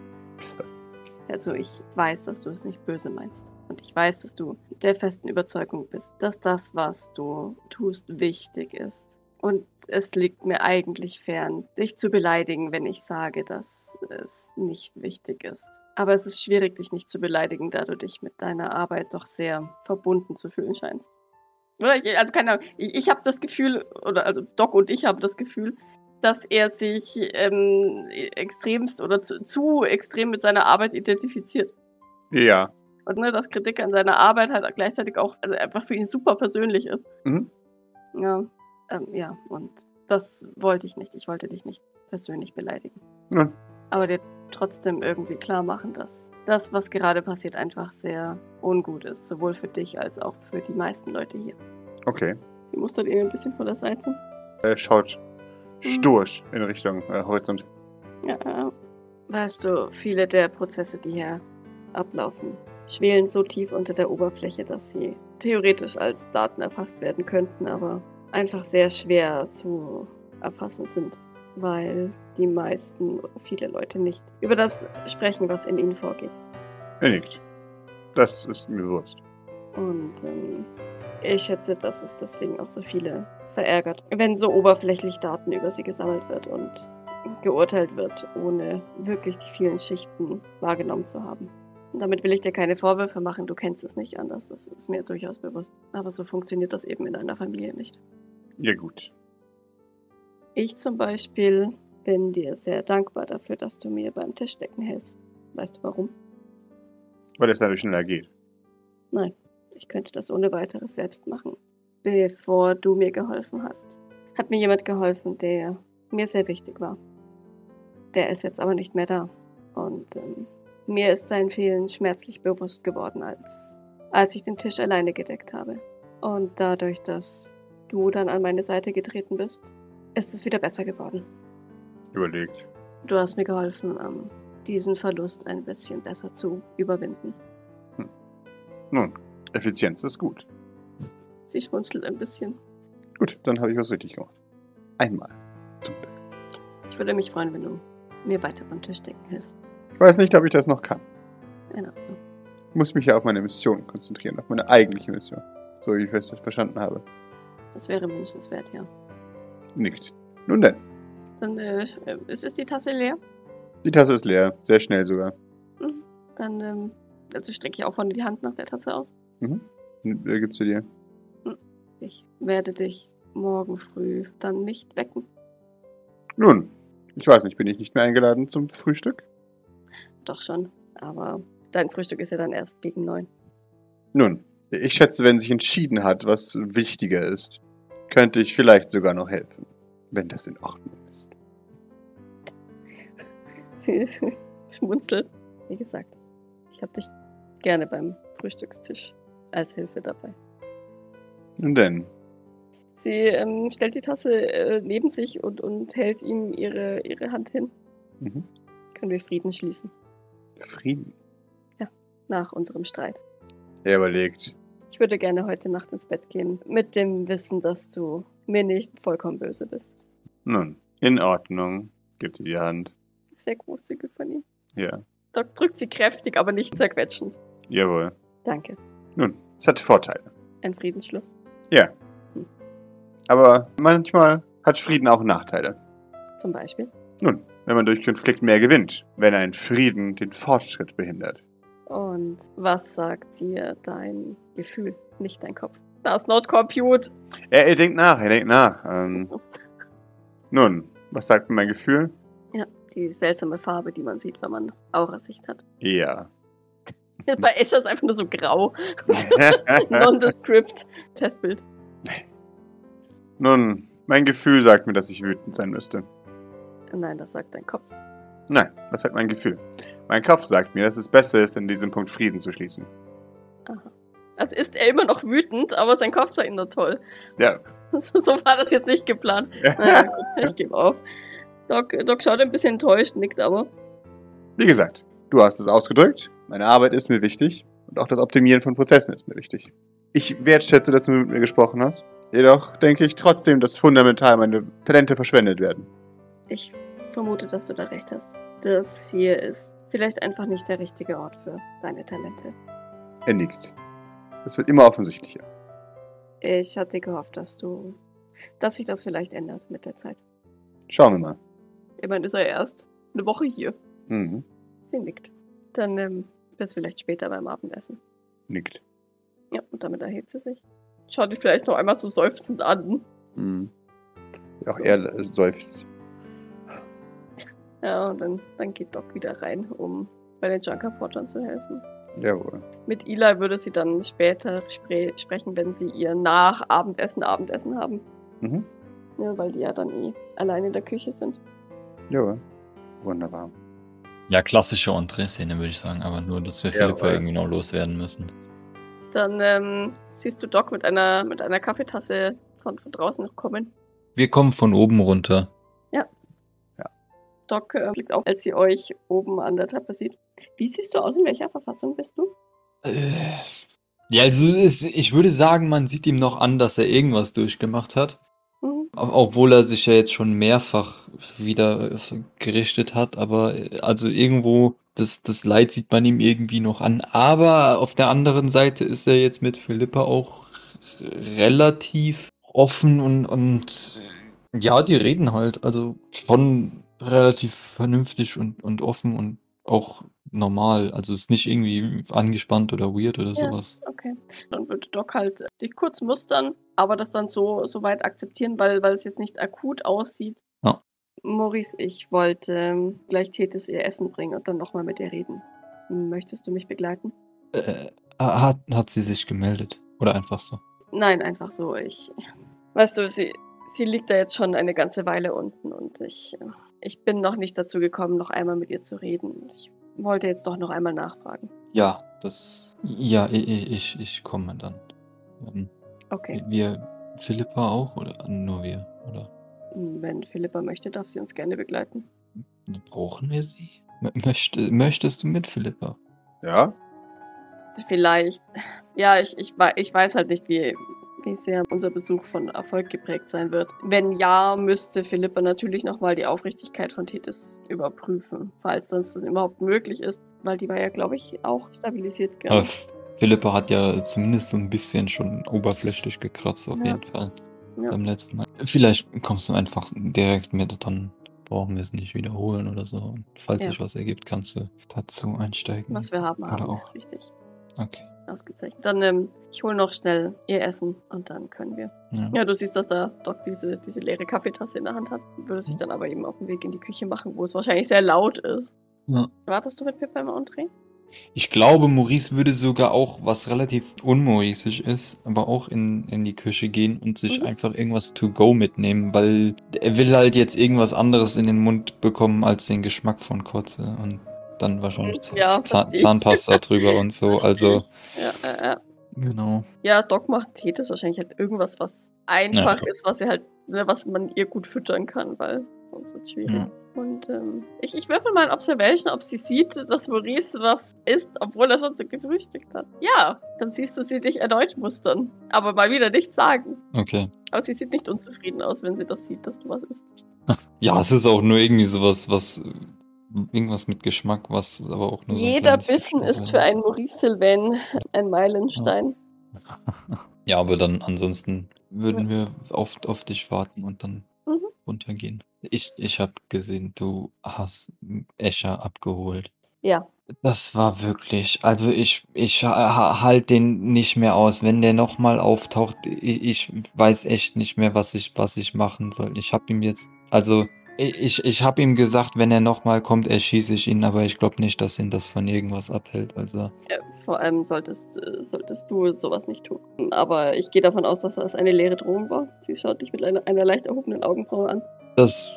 Speaker 4: Also ich weiß, dass du es nicht böse meinst. Und ich weiß, dass du der festen Überzeugung bist, dass das, was du tust, wichtig ist. Und es liegt mir eigentlich fern, dich zu beleidigen, wenn ich sage, dass es nicht wichtig ist. Aber es ist schwierig, dich nicht zu beleidigen, da du dich mit deiner Arbeit doch sehr verbunden zu fühlen scheinst. Oder ich, also keine Ahnung, ich, ich habe das Gefühl, oder also Doc und ich haben das Gefühl, dass er sich ähm, extremst oder zu, zu extrem mit seiner Arbeit identifiziert.
Speaker 2: Ja.
Speaker 4: Und ne, dass Kritik an seiner Arbeit halt gleichzeitig auch also einfach für ihn super persönlich ist.
Speaker 2: Mhm.
Speaker 4: Ja, ähm, ja, und das wollte ich nicht. Ich wollte dich nicht persönlich beleidigen.
Speaker 2: Ja.
Speaker 4: Aber dir trotzdem irgendwie klar machen, dass das, was gerade passiert, einfach sehr ungut ist. Sowohl für dich als auch für die meisten Leute hier.
Speaker 2: Okay.
Speaker 4: Sie mustert ihn ein bisschen von der Seite.
Speaker 2: Er schaut stursch in Richtung äh, Horizont.
Speaker 4: Ja, weißt du, viele der Prozesse, die hier ablaufen, schwelen so tief unter der Oberfläche, dass sie theoretisch als Daten erfasst werden könnten, aber einfach sehr schwer zu erfassen sind, weil die meisten, viele Leute nicht über das sprechen, was in ihnen vorgeht.
Speaker 2: Er nickt. Das ist mir bewusst.
Speaker 4: Und ähm, ich schätze, dass es deswegen auch so viele verärgert, wenn so oberflächlich Daten über sie gesammelt wird und geurteilt wird, ohne wirklich die vielen Schichten wahrgenommen zu haben. Und damit will ich dir keine Vorwürfe machen, du kennst es nicht anders, das ist mir durchaus bewusst. Aber so funktioniert das eben in einer Familie nicht.
Speaker 2: Ja, gut.
Speaker 4: Ich zum Beispiel bin dir sehr dankbar dafür, dass du mir beim Tischdecken helfst. Weißt du warum?
Speaker 2: Weil es dadurch schneller geht.
Speaker 4: Ich könnte das ohne weiteres selbst machen. Bevor du mir geholfen hast, hat mir jemand geholfen, der mir sehr wichtig war. Der ist jetzt aber nicht mehr da. Und ähm, mir ist sein Fehlen schmerzlich bewusst geworden, als, als ich den Tisch alleine gedeckt habe. Und dadurch, dass du dann an meine Seite getreten bist, ist es wieder besser geworden.
Speaker 2: Überlegt.
Speaker 4: Du hast mir geholfen, ähm, diesen Verlust ein bisschen besser zu überwinden.
Speaker 2: Nun, Effizienz ist gut.
Speaker 4: Sie schmunzelt ein bisschen.
Speaker 2: Gut, dann habe ich was richtig gemacht. Einmal. Zum Glück.
Speaker 4: Ich würde mich freuen, wenn du mir weiter beim Tischdecken hilfst.
Speaker 2: Ich weiß nicht, ob ich das noch kann.
Speaker 4: In Ordnung.
Speaker 2: Ich muss mich ja auf meine Mission konzentrieren, auf meine eigentliche Mission. So wie ich es verstanden habe.
Speaker 4: Das wäre wünschenswert, ja.
Speaker 2: Nickt. Nun denn,
Speaker 4: Dann äh, äh, ist, ist die Tasse leer.
Speaker 2: die Tasse ist leer. Sehr schnell sogar.
Speaker 4: Dann ähm, also strecke ich auch vorne die Hand nach der Tasse aus.
Speaker 2: Mhm. N- äh, Gib sie dir.
Speaker 4: Ich werde dich morgen früh dann nicht wecken.
Speaker 2: Nun, Ich weiß nicht, bin ich nicht mehr eingeladen zum Frühstück?
Speaker 4: Doch schon. Aber dein Frühstück ist ja dann erst gegen neun.
Speaker 2: Nun, ich schätze, wenn sich entschieden hat, was wichtiger ist, könnte ich vielleicht sogar noch helfen, wenn das in Ordnung ist.
Speaker 4: Sie schmunzelt. Wie gesagt, ich habe dich gerne beim Frühstückstisch als Hilfe dabei.
Speaker 2: Nun denn,
Speaker 4: Sie ähm, stellt die Tasse äh, neben sich und, und hält ihm ihre, ihre Hand hin.
Speaker 2: mhm.
Speaker 4: Können wir Frieden schließen
Speaker 2: Frieden.
Speaker 4: nach unserem Streit.
Speaker 2: Er überlegt.
Speaker 4: Ich würde gerne heute Nacht ins Bett gehen, mit dem Wissen, dass du mir nicht vollkommen böse bist.
Speaker 2: Nun, in Ordnung. Gibt ihr die Hand.
Speaker 4: Sehr großzügig von ihm.
Speaker 2: Ja,
Speaker 4: Doc drückt sie kräftig, aber nicht zerquetschend.
Speaker 2: jawohl.
Speaker 4: Danke.
Speaker 2: Nun, es hat Vorteile.
Speaker 4: Ein Friedensschluss.
Speaker 2: Ja. Aber manchmal hat Frieden auch Nachteile.
Speaker 4: Zum Beispiel.
Speaker 2: Nun, wenn man durch Konflikt mehr gewinnt, wenn ein Frieden den Fortschritt behindert.
Speaker 4: Und was sagt dir dein Gefühl, nicht dein Kopf? Das not compute.
Speaker 2: Er, er denkt nach, er denkt nach. Ähm, nun, was sagt mir mein Gefühl?
Speaker 4: Ja, die seltsame Farbe, die man sieht, wenn man Aurasicht hat.
Speaker 2: Ja.
Speaker 4: Bei Escher ist einfach nur so grau. Nondescript. Testbild.
Speaker 2: nun, mein Gefühl sagt mir, dass ich wütend sein müsste.
Speaker 4: Nein, das sagt dein Kopf.
Speaker 2: Nein, das hat mein Gefühl. Mein Kopf sagt mir, dass es besser ist, an diesem Punkt Frieden zu schließen.
Speaker 4: Aha. Also ist er immer noch wütend, aber sein Kopf sagt ihm nur toll.
Speaker 2: Ja.
Speaker 4: so war das jetzt nicht geplant. Naja, gut, ich gebe auf. Doc, Doc schaut ein bisschen enttäuscht, nickt aber.
Speaker 2: Wie gesagt, du hast es ausgedrückt. Meine Arbeit ist mir wichtig und auch das Optimieren von Prozessen ist mir wichtig. Ich wertschätze, dass du mit mir gesprochen hast. Jedoch denke ich trotzdem, dass fundamental meine Talente verschwendet werden.
Speaker 4: Ich vermute, dass du da recht hast. Das hier ist vielleicht einfach nicht der richtige Ort für deine Talente.
Speaker 2: Er nickt. Es wird immer offensichtlicher.
Speaker 4: Ich hatte gehofft, dass du, dass sich das vielleicht ändert mit der Zeit.
Speaker 2: Schauen wir mal.
Speaker 4: Ich meine, ist er erst eine Woche hier.
Speaker 2: Mhm.
Speaker 4: Sie nickt. Dann ähm, bis vielleicht später beim Abendessen.
Speaker 2: Nickt.
Speaker 4: Ja, und damit erhebt sie sich. Schaut dich vielleicht noch einmal so seufzend an.
Speaker 2: Mhm. Auch er seufzt.
Speaker 4: Ja, und dann, dann geht Doc wieder rein, um bei den Junkerportern zu helfen.
Speaker 2: Jawohl.
Speaker 4: Mit Eli würde sie dann später spre sprechen, wenn sie ihr nach Abendessen Abendessen haben.
Speaker 2: Mhm.
Speaker 4: Ja, weil die ja dann eh allein in der Küche sind.
Speaker 2: Jawohl. Wunderbar.
Speaker 3: Ja, klassische Entree-Szene, würde ich sagen, aber nur, dass wir
Speaker 2: Ja,
Speaker 3: Philippa
Speaker 2: aber-
Speaker 3: irgendwie noch loswerden müssen.
Speaker 4: Dann ähm, siehst du Doc mit einer, mit einer Kaffeetasse von, von draußen noch kommen.
Speaker 3: Wir kommen von oben runter.
Speaker 4: Doc äh, blickt auf, als sie euch oben an der Treppe sieht. Wie siehst du aus? In welcher Verfassung bist du?
Speaker 3: Äh, Ja, also es- ich würde sagen, man sieht ihm noch an, dass er irgendwas durchgemacht hat.
Speaker 4: Mhm.
Speaker 3: Ob- Obwohl er sich ja jetzt schon mehrfach wieder äh, gerichtet hat, aber äh, also irgendwo, das, das Leid sieht man ihm irgendwie noch an. Aber auf der anderen Seite ist er jetzt mit Philippa auch relativ offen und, und äh, ja, die reden halt. Also schon relativ vernünftig und, und offen und auch normal. Also ist nicht irgendwie angespannt oder weird oder sowas.
Speaker 4: Okay. Dann würde Doc halt äh, dich kurz mustern, aber das dann so, so weit akzeptieren, weil, weil es jetzt nicht akut aussieht.
Speaker 3: Ja.
Speaker 4: Maurice, ich wollte ähm, gleich Tethys ihr Essen bringen und dann nochmal mit ihr reden. Möchtest du mich begleiten?
Speaker 3: Äh, hat, hat sie sich gemeldet? Oder einfach so?
Speaker 4: Nein, einfach so. Ich. Weißt du, sie, sie liegt da jetzt schon eine ganze Weile unten und ich, äh, ich bin noch nicht dazu gekommen, noch einmal mit ihr zu reden. Ich wollte jetzt doch noch einmal nachfragen.
Speaker 3: Ja, das. Ja, i- i- ich, ich komme dann. Ähm,
Speaker 4: Okay.
Speaker 3: Wir, Philippa auch oder nur wir? Oder
Speaker 4: Wenn Philippa möchte, darf sie uns gerne begleiten.
Speaker 3: brauchen wir sie? M- Möchte, möchtest du mit Philippa?
Speaker 2: Ja?
Speaker 4: Vielleicht. Ja, ich, ich, wei- ich weiß halt nicht, wie, wie sehr unser Besuch von Erfolg geprägt sein wird. Wenn ja, müsste Philippa natürlich nochmal die Aufrichtigkeit von Tethys überprüfen, falls das dann überhaupt möglich ist, weil die war ja, glaube ich, auch stabilisiert. gell?
Speaker 3: Aber F- Philippa hat ja zumindest so ein bisschen schon oberflächlich gekratzt, auf
Speaker 4: Ja.
Speaker 3: jeden Fall.
Speaker 4: Ja.
Speaker 3: Beim letzten Mal. Vielleicht kommst du einfach direkt mit, dann brauchen wir es nicht wiederholen oder so. Und falls
Speaker 4: Ja.
Speaker 3: sich was ergibt, kannst du dazu einsteigen.
Speaker 4: Was wir haben,
Speaker 3: Oder
Speaker 4: haben.
Speaker 3: auch.
Speaker 4: Richtig.
Speaker 3: Okay.
Speaker 4: Ausgezeichnet. Dann, ähm, ich hole noch schnell ihr Essen und dann können wir.
Speaker 3: Ja.
Speaker 4: Ja, du siehst, dass der Doc diese, diese leere Kaffeetasse in der Hand hat. Würde sich dann aber eben auf den Weg in die Küche machen, wo es wahrscheinlich sehr laut ist.
Speaker 3: Ja.
Speaker 4: Wartest du mit Pip beim Entree?
Speaker 3: Ich glaube, Maurice würde sogar auch, was relativ unmauristisch ist, aber auch in, in die Küche gehen und sich
Speaker 4: Mhm.
Speaker 3: einfach irgendwas to go mitnehmen, weil er will halt jetzt irgendwas anderes in den Mund bekommen als den Geschmack von Kotze und dann wahrscheinlich Zahn-
Speaker 4: Ja,
Speaker 3: Zahn-
Speaker 4: verstehe ich.
Speaker 3: Zahnpasta drüber und so. Also,
Speaker 4: Ja, ja, ja.
Speaker 3: genau.
Speaker 4: Ja, Doc macht Tethys wahrscheinlich halt irgendwas, was einfach ist, was ihr halt, ne, was man ihr gut füttern kann, weil sonst wird schwierig.
Speaker 3: Ja.
Speaker 4: Und ähm, ich, ich würfel mal in Observation, ob sie sieht, dass Maurice was isst, obwohl er schon so gefrühstückt hat. Ja, dann siehst du sie dich erneut mustern, aber mal wieder nichts sagen.
Speaker 3: Okay.
Speaker 4: Aber sie sieht nicht unzufrieden aus, wenn sie das sieht, dass du was isst.
Speaker 3: Ja, es ist auch nur irgendwie sowas, was. äh, Irgendwas mit Geschmack, was aber auch nur. so ein
Speaker 4: Jeder
Speaker 3: kleines
Speaker 4: Bissen
Speaker 3: bisschen
Speaker 4: ist
Speaker 3: so-
Speaker 4: für einen Maurice Sylvain ein Meilenstein.
Speaker 3: Ja, aber dann ansonsten würden wir auf, auf dich warten und dann
Speaker 4: Mhm.
Speaker 3: runtergehen. Ich, ich habe gesehen, du hast Escher abgeholt.
Speaker 4: Ja.
Speaker 3: Das war wirklich, also ich, ich ha- halt den nicht mehr aus. Wenn der nochmal auftaucht, ich, ich weiß echt nicht mehr, was ich, was ich machen soll. Ich habe ihm jetzt, also i- ich, ich habe ihm gesagt, wenn er nochmal kommt, erschieße ich ihn, aber ich glaube nicht, dass ihn das von irgendwas abhält. Also
Speaker 4: Äh, Vor allem solltest, äh, solltest du sowas nicht tun. Aber ich gehe davon aus, dass das eine leere Drohung war. Sie schaut dich mit einer, einer leicht erhobenen Augenbraue an.
Speaker 3: das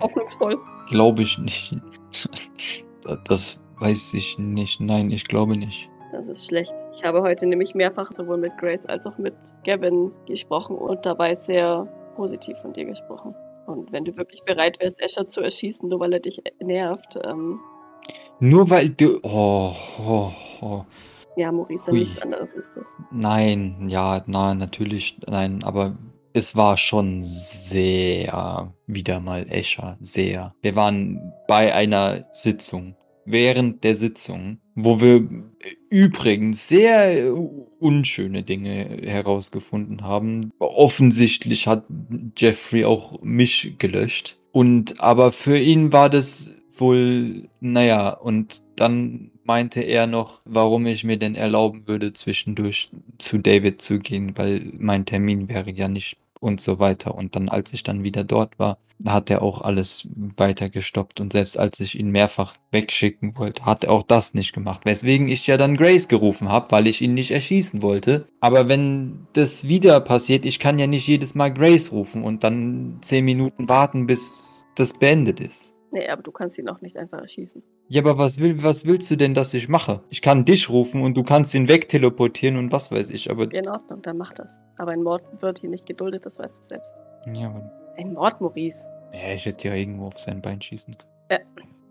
Speaker 4: Hoffnungsvoll.
Speaker 3: Glaube ich nicht. Da- Das weiß ich nicht. Nein, ich glaube nicht.
Speaker 4: Das ist schlecht. Ich habe heute nämlich mehrfach sowohl mit Grace als auch mit Gavin gesprochen und dabei sehr positiv von dir gesprochen. Und wenn du wirklich bereit wärst, Escher zu erschießen, nur weil er dich nervt, ähm,
Speaker 3: Nur weil du. Oh, oh, oh.
Speaker 4: ja, Maurice, dann
Speaker 3: Ui.
Speaker 4: nichts anderes ist das.
Speaker 3: Nein, ja, na, natürlich, nein, aber es war schon sehr, wieder mal Escher, sehr. Wir waren bei einer Sitzung, während der Sitzung, wo wir übrigens sehr äh, unschöne Dinge herausgefunden haben. Offensichtlich hat Jeffrey auch mich gelöscht. Und aber für ihn war das wohl, naja, und dann meinte er noch, warum ich mir denn erlauben würde, zwischendurch zu David zu gehen, weil mein Termin wäre ja nicht und so weiter. Und dann, als ich dann wieder dort war, hat er auch alles weiter gestoppt. Und selbst als ich ihn mehrfach wegschicken wollte, hat er auch das nicht gemacht. Weswegen ich ja dann Grace gerufen habe, weil ich ihn nicht erschießen wollte. Aber wenn das wieder passiert, ich kann ja nicht jedes Mal Grace rufen und dann zehn Minuten warten, bis das beendet ist.
Speaker 4: Nee, aber du kannst ihn auch nicht einfach erschießen.
Speaker 3: Ja, aber was, will, was willst du denn, dass ich mache? Ich kann dich rufen und du kannst ihn wegteleportieren und was weiß ich, aber.
Speaker 4: In Ordnung, dann mach das. Aber ein Mord wird hier nicht geduldet, das weißt du selbst.
Speaker 3: Ja, aber
Speaker 4: Ein Mord, Maurice.
Speaker 3: ja, ich hätte ja irgendwo auf sein Bein schießen können.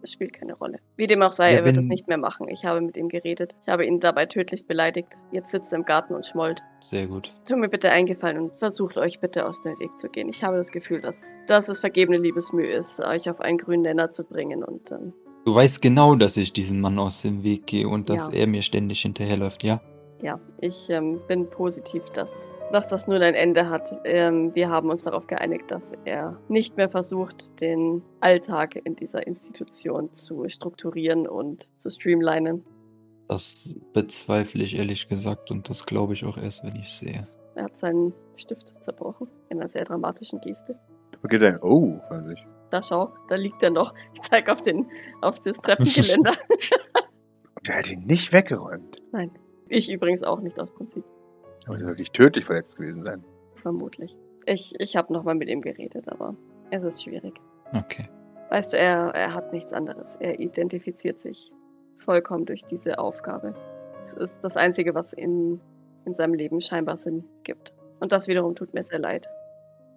Speaker 4: Das spielt keine Rolle. Wie dem auch sei,
Speaker 3: Ja,
Speaker 4: er wird es
Speaker 3: wenn-
Speaker 4: nicht mehr machen. Ich habe mit ihm geredet. Ich habe ihn dabei tödlichst beleidigt. Jetzt sitzt er im Garten und schmollt.
Speaker 3: Sehr gut.
Speaker 4: Tut mir bitte eingefallen und versucht euch bitte aus dem Weg zu gehen. Ich habe das Gefühl, dass, dass es vergebene Liebesmühe ist, euch auf einen grünen Nenner zu bringen. Und ähm,
Speaker 3: Du weißt genau, dass ich diesem Mann aus dem Weg gehe und dass
Speaker 4: Ja.
Speaker 3: er mir ständig hinterherläuft, ja?
Speaker 4: ja, ich ähm, bin positiv, dass, dass das nun ein Ende hat. Ähm, wir haben uns darauf geeinigt, dass er nicht mehr versucht, den Alltag in dieser Institution zu strukturieren und zu streamlinen.
Speaker 3: Das bezweifle ich ehrlich gesagt und das glaube ich auch erst, wenn ich sehe.
Speaker 4: Er hat seinen Stift zerbrochen in einer sehr dramatischen Geste.
Speaker 2: Okay, dann. Oh, fand ich.
Speaker 4: Da schau, da liegt er noch. Ich zeige auf, den, auf das Treppengeländer.
Speaker 2: Und der hat ihn nicht weggeräumt.
Speaker 4: Nein, ich übrigens auch nicht aus Prinzip,
Speaker 2: Er muss wirklich tödlich verletzt gewesen sein.
Speaker 4: vermutlich. Ich, ich habe nochmal mit ihm geredet, aber es ist schwierig.
Speaker 3: Okay.
Speaker 4: Weißt du, er, er hat nichts anderes. Er identifiziert sich vollkommen durch diese Aufgabe. Es ist das Einzige, was in, in seinem Leben scheinbar Sinn gibt. Und das wiederum tut mir sehr leid.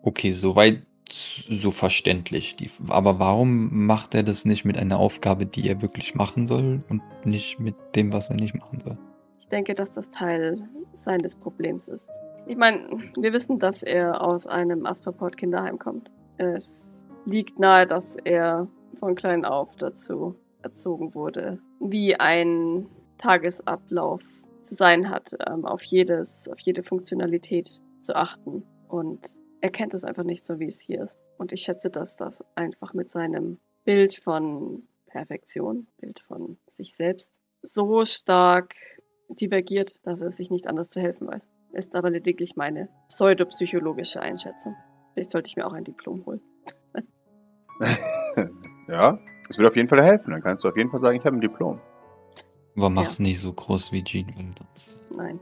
Speaker 3: Okay, soweit so verständlich. Die, aber warum macht er das nicht mit einer Aufgabe, die er wirklich machen soll und nicht mit dem, was er nicht machen soll?
Speaker 4: Ich denke, dass das Teil seines Problems ist. Ich meine, wir wissen, dass er aus einem Asperport Kinderheim kommt. Es liegt nahe, dass er von klein auf dazu erzogen wurde, wie ein Tagesablauf zu sein hat, ähm, auf jedes, auf jede Funktionalität zu achten. Und er kennt es einfach nicht so, wie es hier ist. Und ich schätze, dass das einfach mit seinem Bild von Perfektion, Bild von sich selbst so stark divergiert, dass er sich nicht anders zu helfen weiß. Ist aber lediglich meine pseudopsychologische Einschätzung. Vielleicht sollte ich mir auch ein Diplom holen.
Speaker 2: Ja, es würde auf jeden Fall helfen. Dann kannst du auf jeden Fall sagen, ich habe ein Diplom.
Speaker 3: Aber mach's nicht so groß wie Jean und sonst.
Speaker 4: Nein.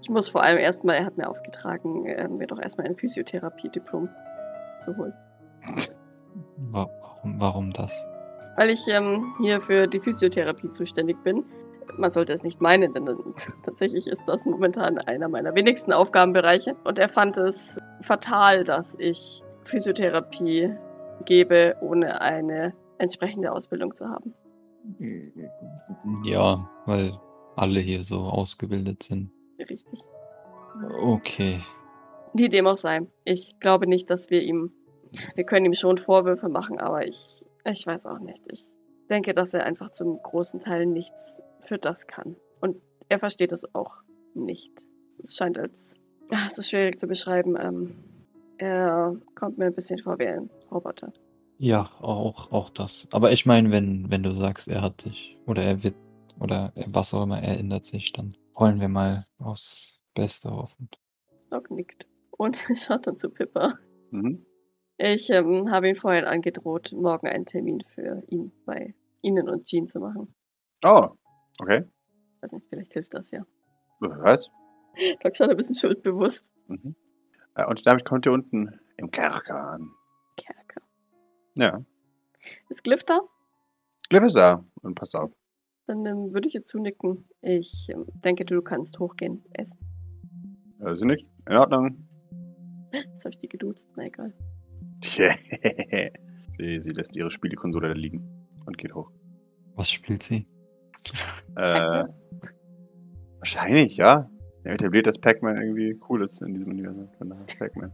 Speaker 4: Ich muss vor allem erstmal, er hat mir aufgetragen, äh, mir doch erstmal ein Physiotherapie-Diplom zu holen.
Speaker 3: Wa- Warum, warum das?
Speaker 4: Weil ich ähm, hier für die Physiotherapie zuständig bin. Man sollte es nicht meinen, denn dann, tatsächlich ist das momentan einer meiner wenigsten Aufgabenbereiche. Und er fand es fatal, dass ich Physiotherapie gebe, ohne eine entsprechende Ausbildung zu haben.
Speaker 3: Ja, weil alle hier so ausgebildet sind.
Speaker 4: Richtig.
Speaker 3: Okay.
Speaker 4: Wie dem auch sei. Ich glaube nicht, dass wir ihm. Wir können ihm schon Vorwürfe machen, aber ich. Ich weiß auch nicht. Ich denke, dass er einfach zum großen Teil nichts für das kann. Und er versteht es auch nicht. Es scheint als. Ah, es ist schwierig zu beschreiben. Ähm, er kommt mir ein bisschen vor wie ein Roboter.
Speaker 3: Ja, auch, auch das. Aber ich meine, wenn, wenn du sagst, er hat sich oder er wird oder er, was auch immer, er ändert sich, dann wollen wir mal aufs Beste hoffen.
Speaker 4: Doc nickt. Und schaut dann zu Pippa.
Speaker 2: Mhm.
Speaker 4: Ich ähm, habe ihn vorhin angedroht, morgen einen Termin für ihn bei Ihnen und Jean zu machen.
Speaker 2: Oh, okay.
Speaker 4: Weiß nicht, vielleicht hilft das ja.
Speaker 2: Was?
Speaker 4: Doc schaut ein bisschen schuldbewusst.
Speaker 2: Mhm. Äh, Und damit kommt ihr unten im Kerker an.
Speaker 4: Kerker.
Speaker 2: Ja.
Speaker 4: Ist Glyph da?
Speaker 2: Cliff ist da. Und pass auf.
Speaker 4: Dann ähm, würde ich ihr zunicken. Ich ähm, denke, du kannst hochgehen. Essen.
Speaker 2: Äh, Sie nicht? In Ordnung.
Speaker 4: Jetzt habe ich die geduzt. Na egal.
Speaker 2: sie, sie lässt ihre Spielekonsole da liegen und geht hoch.
Speaker 3: Was spielt sie?
Speaker 2: Äh, wahrscheinlich, ja. Er etabliert, dass Pac-Man irgendwie cool ist in diesem Universum. Von daher Pac-Man.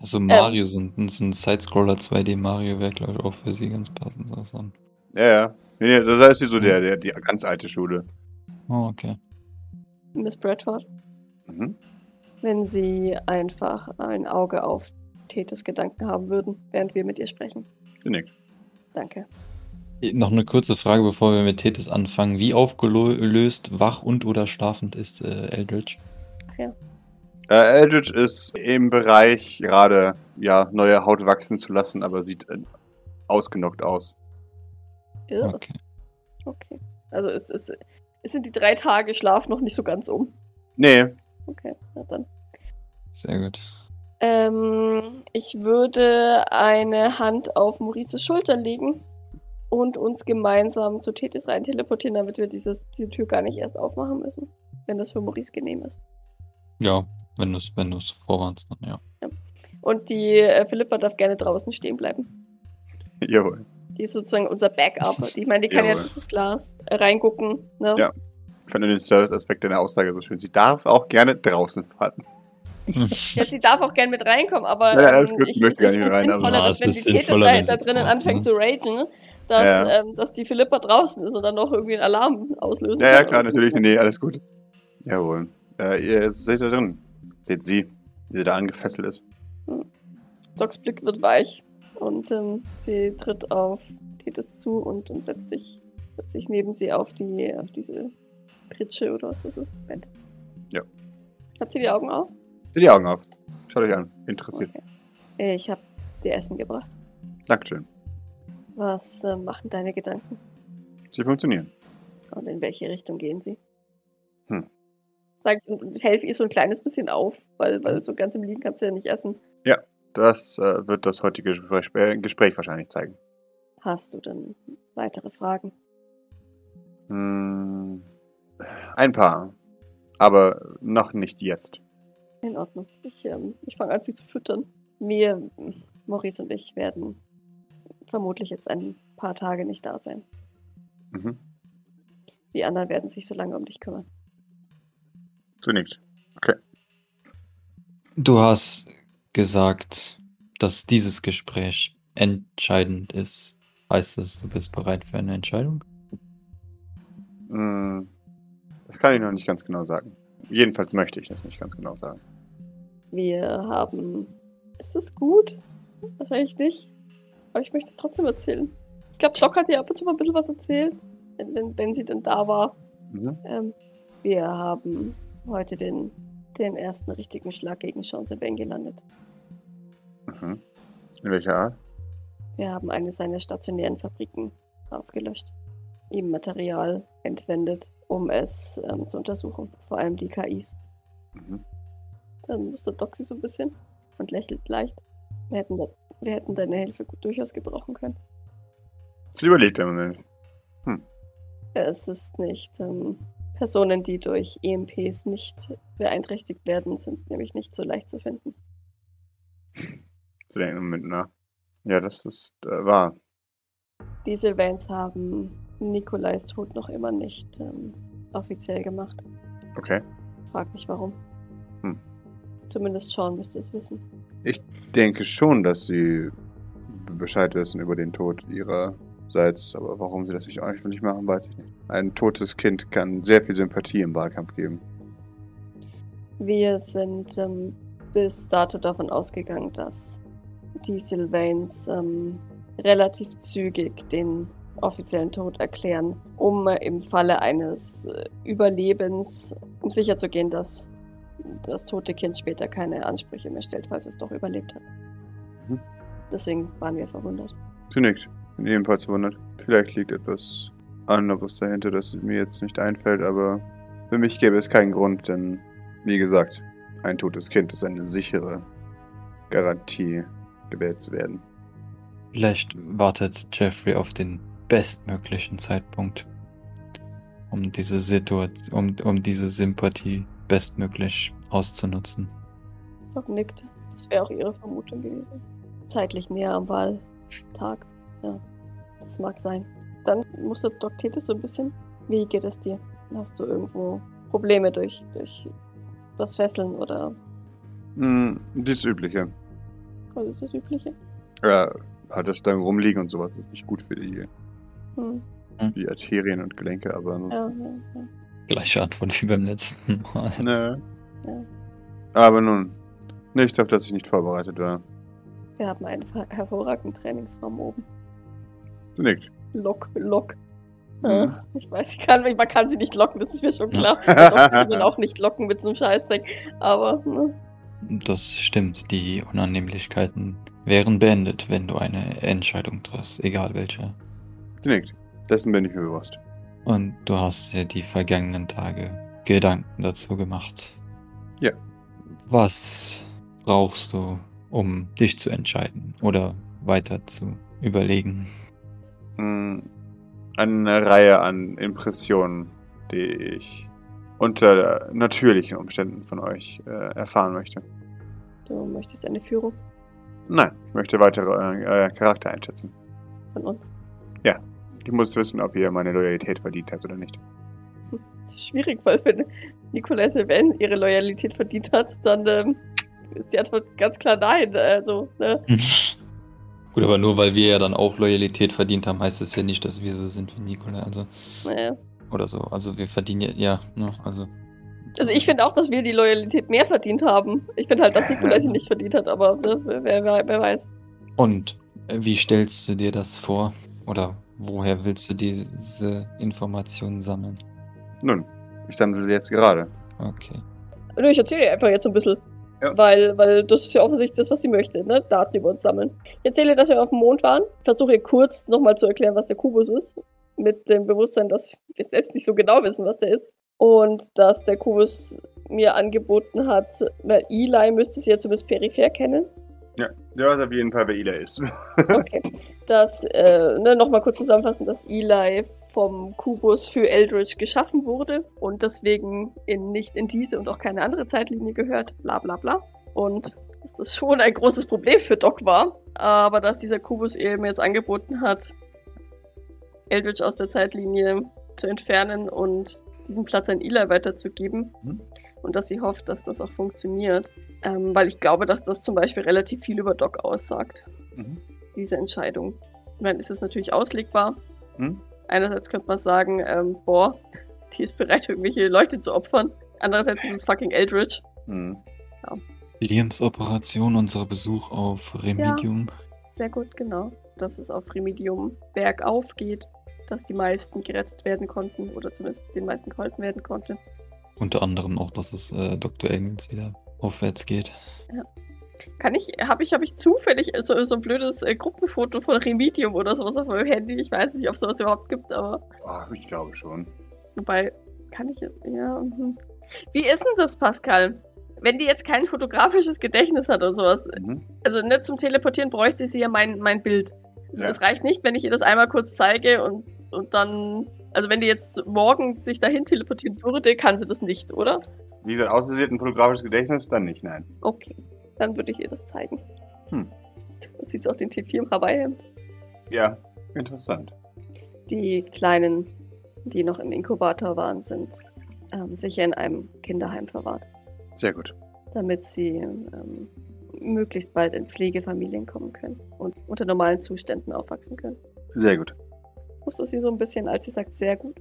Speaker 3: Also Mario sind so ein Sidescroller 2D Mario wäre, glaube ich, auch für sie ganz passend. so- so ein-
Speaker 2: Ja, ja. Nee, nee, das heißt sie so der, der, die ganz alte Schule.
Speaker 3: Oh, okay.
Speaker 4: Miss Bradford,
Speaker 2: Mhm.
Speaker 4: wenn Sie einfach ein Auge auf Tethys Gedanken haben würden, während wir mit ihr sprechen.
Speaker 2: Sie nickt.
Speaker 4: Danke.
Speaker 3: Eh, Noch eine kurze Frage, bevor wir mit Tethys anfangen. Wie aufgelöst, wach und oder schlafend ist äh, Eldritch?
Speaker 2: Äh, Eldritch ist im Bereich gerade, ja, neue Haut wachsen zu lassen, aber sieht äh, ausgenockt aus.
Speaker 4: Irre.
Speaker 3: Okay.
Speaker 4: Okay. Also es, es, es sind die drei Tage Schlaf noch nicht so ganz um.
Speaker 2: Nee,
Speaker 4: Okay, na dann.
Speaker 3: Sehr gut.
Speaker 4: Ähm, ich würde eine Hand auf Maurices Schulter legen und uns gemeinsam zu Tethys rein teleportieren, damit wir dieses, diese Tür gar nicht erst aufmachen müssen, wenn das für Maurice genehm ist.
Speaker 3: Ja, wenn du es wenn du's vorwarnst, dann ja.
Speaker 4: Und die äh, Philippa darf gerne draußen stehen bleiben.
Speaker 2: jawohl.
Speaker 4: Die ist sozusagen unser Backup. Ich meine, die kann ja
Speaker 2: Jawohl.
Speaker 4: durch das Glas äh, reingucken. Ne?
Speaker 2: Ja. Ich fand den Service-Aspekt deiner Aussage so schön. Sie darf auch gerne draußen warten.
Speaker 4: Ja, sie darf auch gerne mit reinkommen, aber
Speaker 2: Nein, nein, alles
Speaker 4: ähm,
Speaker 2: gut,
Speaker 4: ich,
Speaker 2: sie möchte
Speaker 4: ich
Speaker 2: gar nicht
Speaker 4: find's
Speaker 2: rein, also- aber-
Speaker 4: sinnvoller,
Speaker 3: Ja,
Speaker 4: dass
Speaker 3: es
Speaker 4: wenn
Speaker 3: ist
Speaker 4: die Tethys
Speaker 3: sinnvoller,
Speaker 4: da,
Speaker 3: wenn
Speaker 4: da
Speaker 3: sie
Speaker 4: drinnen
Speaker 3: draußen
Speaker 4: anfängt
Speaker 3: ist.
Speaker 4: zu ragen, dass,
Speaker 2: Ja.
Speaker 4: ähm, dass die Philippa draußen ist und dann noch irgendwie einen Alarm auslösen
Speaker 2: Ja, ja,
Speaker 4: kann
Speaker 2: klar,
Speaker 4: oder
Speaker 2: natürlich.
Speaker 4: so.
Speaker 2: Nee, alles gut. Jawohl. Äh, ihr seht da drin. Seht sie, wie sie da angefesselt ist.
Speaker 4: Docs Blick wird weich und ähm, sie tritt auf Tethys zu und, und setzt, sich, setzt sich neben sie auf, die, auf diese Pritsche oder was das ist, Bett.
Speaker 2: Ja.
Speaker 4: Hat sie die Augen auf?
Speaker 2: Seht die Augen auf. Schaut euch an. Interessiert.
Speaker 4: Okay. Äh, Ich habe dir Essen gebracht.
Speaker 2: Dankeschön.
Speaker 4: Was äh, machen deine Gedanken
Speaker 2: Sie funktionieren.
Speaker 4: und in welche Richtung gehen sie?
Speaker 2: Hm.
Speaker 4: Sag ich und- und helfe ihr so ein kleines bisschen auf, weil,
Speaker 2: Hm.
Speaker 4: weil so ganz im Liegen kannst du ja nicht essen.
Speaker 2: Das äh, wird das heutige Gespräch, äh, Gespräch wahrscheinlich zeigen.
Speaker 4: Hast du denn weitere Fragen?
Speaker 2: Hm, ein paar. Aber noch nicht jetzt.
Speaker 4: In Ordnung. Ich, ähm, ich fange an, sie zu füttern. Wir, m, Maurice und ich, werden vermutlich jetzt ein paar Tage nicht da sein.
Speaker 2: Mhm.
Speaker 4: Die anderen werden sich so lange um dich kümmern.
Speaker 2: So nickt.
Speaker 3: Du hast gesagt, dass dieses Gespräch entscheidend ist. Heißt es, du bist bereit für eine Entscheidung?
Speaker 2: Hm, das kann ich noch nicht ganz genau sagen. Jedenfalls möchte ich das nicht ganz genau sagen.
Speaker 4: Wir haben. Ist das gut? Wahrscheinlich nicht. Aber ich möchte es trotzdem erzählen. Ich glaube, Doc hat dir ab und zu mal ein bisschen was erzählt, wenn, wenn, wenn sie denn da war.
Speaker 2: Mhm.
Speaker 4: Ähm, Wir haben heute den, den ersten richtigen Schlag gegen Chance Ben gelandet.
Speaker 2: Mhm. In welcher Art?
Speaker 4: Wir haben eine seiner stationären Fabriken ausgelöscht, ihm Material entwendet, um es ähm, zu untersuchen, vor allem die KIs.
Speaker 2: Mhm.
Speaker 4: Dann mustert Doxy so ein bisschen und lächelt leicht. Wir hätten, de wir hätten deine Hilfe gut durchaus gebrauchen können.
Speaker 2: Sie überlegt im Moment.
Speaker 4: Es ist nicht. Ähm, Personen, die durch EMPs nicht beeinträchtigt werden, sind nämlich nicht so leicht zu finden.
Speaker 2: Sie denkt im Moment nach. Ja, das ist äh, wahr.
Speaker 4: Diese Vans haben Nikolais Tod noch immer nicht ähm, offiziell gemacht.
Speaker 2: Okay.
Speaker 4: Frag mich warum.
Speaker 2: Hm.
Speaker 4: Zumindest Sean müsste es wissen.
Speaker 2: denke schon, dass sie Bescheid wissen über den Tod ihrerseits, aber warum sie das nicht öffentlich machen, weiß ich nicht. Ein totes Kind kann sehr viel Sympathie im Wahlkampf geben.
Speaker 4: Wir sind ähm, bis dato davon ausgegangen, dass die Sylvains ähm, relativ zügig den offiziellen Tod erklären, um äh, im Falle eines äh, Überlebens, um sicherzugehen, dass das tote Kind später keine Ansprüche mehr stellt, falls es doch überlebt hat.
Speaker 2: Mhm.
Speaker 4: Deswegen waren wir verwundert.
Speaker 2: Sie nickt. Bin ebenfalls verwundert. Vielleicht liegt etwas anderes dahinter, das mir jetzt nicht einfällt, aber für mich gäbe es keinen Grund, denn, wie gesagt, ein totes Kind ist eine sichere Garantie, gewählt zu werden.
Speaker 3: Vielleicht wartet Jeffrey auf den bestmöglichen Zeitpunkt, um diese Situation, um, um diese Sympathie bestmöglich auszunutzen.
Speaker 4: Doc nickt. Das wäre auch ihre Vermutung gewesen. Zeitlich näher am Wahltag. Ja, das mag sein. Dann mustert Doc Tethys so ein bisschen. Wie geht es dir? Hast du irgendwo Probleme durch, durch das Fesseln oder
Speaker 2: Hm, dies Übliche.
Speaker 4: was ist das Übliche?
Speaker 2: Ja, hat das dann rumliegen und sowas ist nicht gut für die,
Speaker 4: Hm.
Speaker 2: die Arterien und Gelenke, aber ansonsten.
Speaker 4: Ja, ja, ja.
Speaker 3: Gleiche Antwort wie beim letzten Mal.
Speaker 2: Nö.
Speaker 4: Ja.
Speaker 2: Ne. Aber nun, nichts, auf das ich nicht vorbereitet war.
Speaker 4: Wir haben einen ver- hervorragenden Trainingsraum oben.
Speaker 2: Du nickt.
Speaker 4: Lock, lock.
Speaker 2: Mhm.
Speaker 4: Äh, Ich weiß, ich kann, man kann sie nicht locken, das ist mir schon klar. Der Doc kann man auch nicht locken mit so einem Scheißdreck. Aber, ne?
Speaker 3: Das stimmt, die Unannehmlichkeiten wären beendet, wenn du eine Entscheidung triffst, egal welche.
Speaker 2: Du nickt. Dessen bin ich mir bewusst.
Speaker 3: Und du hast dir die vergangenen Tage Gedanken dazu gemacht.
Speaker 2: Ja.
Speaker 3: Was brauchst du, um dich zu entscheiden oder weiter zu überlegen?
Speaker 2: Hm, Eine Reihe an Impressionen, die ich unter natürlichen Umständen von euch äh, erfahren möchte.
Speaker 4: Du möchtest eine Führung
Speaker 2: Nein, ich möchte weitere euren, euren Charakter einschätzen.
Speaker 4: von uns.
Speaker 2: Ich muss wissen, ob ihr meine Loyalität verdient habt oder nicht.
Speaker 4: Das ist schwierig, weil wenn Nicola Sylvain ihre Loyalität verdient hat, dann ähm, ist die Antwort ganz klar nein. Also, ne?
Speaker 3: Gut, aber nur weil wir ja dann auch Loyalität verdient haben, heißt es ja nicht, dass wir so sind wie Nikola. Also,
Speaker 4: Naja.
Speaker 3: oder so. Also wir verdienen ja, ja, ne, also.
Speaker 4: Also ich finde auch, dass wir die Loyalität mehr verdient haben. Ich finde halt, dass Nicola sie nicht verdient hat, aber ne? wer, wer, wer weiß.
Speaker 3: Und äh, wie stellst du dir das vor? Oder woher willst du diese Informationen sammeln?
Speaker 2: Nun, ich sammle sie jetzt gerade.
Speaker 3: Okay.
Speaker 4: Nö, ich erzähle ihr einfach jetzt so ein bisschen.
Speaker 2: Ja.
Speaker 4: Weil, weil das ist ja offensichtlich das, was sie möchte, ne? Daten über uns sammeln. Ich erzähle ihr, dass wir auf dem Mond waren. Versuche ihr kurz nochmal zu erklären, was der Kubus ist. Mit dem Bewusstsein, dass wir selbst nicht so genau wissen, was der ist. Und dass der Kubus mir angeboten hat, weil Eli müsste sie ja zumindest peripher kennen.
Speaker 2: Ja, also auf jeden Fall, wer Ida ist.
Speaker 4: Okay. Das, äh, ne, nochmal kurz zusammenfassen, dass Eli vom Kubus für Eldritch geschaffen wurde und deswegen in, nicht in diese und auch keine andere Zeitlinie gehört, bla bla bla. Und dass das schon ein großes Problem für Doc war, aber dass dieser Kubus eben jetzt angeboten hat, Eldritch aus der Zeitlinie zu entfernen und diesen Platz an Eli weiterzugeben.
Speaker 2: Mhm.
Speaker 4: Und dass sie hofft, dass das auch funktioniert. Ähm, weil ich glaube, dass das zum Beispiel relativ viel über Doc aussagt
Speaker 2: Mhm.
Speaker 4: diese Entscheidung. Ich meine, ist es natürlich auslegbar.
Speaker 2: Hm?
Speaker 4: Einerseits könnte man sagen, ähm, boah, die ist bereit, irgendwelche Leute zu opfern. Andererseits ist es fucking Eldritch.
Speaker 2: Hm.
Speaker 3: Liams Operation, unser Besuch auf Remedium.
Speaker 4: Sehr gut, genau. Dass es auf Remedium bergauf geht, dass die meisten gerettet werden konnten oder zumindest den meisten geholfen werden konnte.
Speaker 3: Unter anderem auch, dass es äh, Dr. Engels wieder aufwärts geht.
Speaker 4: Kann ich, habe ich, habe ich zufällig so, so ein blödes äh, Gruppenfoto von Remedium oder sowas auf meinem Handy. Ich weiß nicht, ob es sowas überhaupt gibt, aber
Speaker 2: Ah, ich glaube schon.
Speaker 4: wobei kann ich jetzt, ja. mhm. Wie ist denn das, Pascal? Wenn die jetzt kein fotografisches Gedächtnis hat oder sowas,
Speaker 2: Mhm.
Speaker 4: also ne, zum Teleportieren bräuchte sie ja mein, mein Bild. Es,
Speaker 2: Ja.
Speaker 4: es reicht nicht, wenn ich ihr das einmal kurz zeige und, und dann, also wenn die jetzt morgen sich dahin teleportieren würde, kann sie das nicht, oder?
Speaker 2: Wie gesagt, außer sie hat ein fotografisches Gedächtnis, dann nicht, nein.
Speaker 4: Okay, dann würde ich ihr das zeigen.
Speaker 2: Hm.
Speaker 4: Da sieht sie auch den T4 im Hawaii-Hemd.
Speaker 2: Ja, interessant.
Speaker 4: Die Kleinen, die noch im Inkubator waren, sind ähm, sicher in einem Kinderheim verwahrt,
Speaker 2: Sehr gut.
Speaker 4: damit sie ähm, möglichst bald in Pflegefamilien kommen können und unter normalen Zuständen aufwachsen können.
Speaker 2: Sehr gut.
Speaker 4: Wusste sie so ein bisschen, als sie sagt, sehr gut.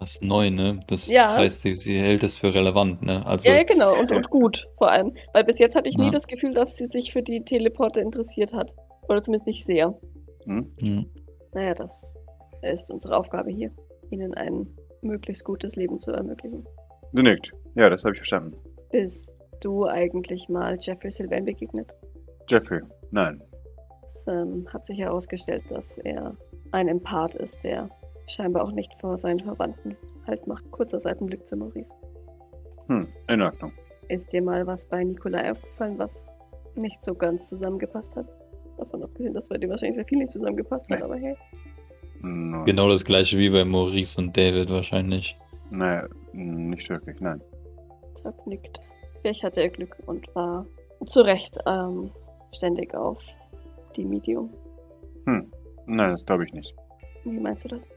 Speaker 3: Das ist neu, ne? Das
Speaker 4: Ja.
Speaker 3: heißt, sie, sie hält es für relevant, ne? Also,
Speaker 4: Ja, ja, genau, und, und gut vor allem. Weil bis jetzt hatte ich nie
Speaker 3: Ja.
Speaker 4: das Gefühl, dass sie sich für die Teleporte interessiert hat. Oder zumindest nicht sehr.
Speaker 2: Mhm.
Speaker 3: Hm.
Speaker 4: Naja, das ist unsere Aufgabe hier, ihnen ein möglichst gutes Leben zu ermöglichen.
Speaker 2: Sie nickt. Ja, das habe ich verstanden.
Speaker 4: Bist du eigentlich mal Jeffrey Sylvain begegnet?
Speaker 2: Jeffrey, nein.
Speaker 4: Es ähm, hat sich herausgestellt, dass er ein Empath ist, der scheinbar auch nicht vor seinen Verwandten halt macht. Kurzer Seitenblick zu Maurice.
Speaker 2: Hm, in Ordnung.
Speaker 4: Ist dir mal was bei Nikolai aufgefallen, was nicht so ganz zusammengepasst hat? Davon abgesehen, dass bei dir wahrscheinlich sehr viel nicht zusammengepasst hat,
Speaker 2: Nee.
Speaker 4: aber hey.
Speaker 2: Nein.
Speaker 3: Genau das gleiche wie bei Maurice und David wahrscheinlich.
Speaker 2: Naja, nicht wirklich, nein.
Speaker 4: Zack nickt. Vielleicht hatte er Glück und war zu Recht ähm, ständig auf die Medium.
Speaker 2: Hm, nein, das glaube ich nicht.
Speaker 4: Wie meinst du das?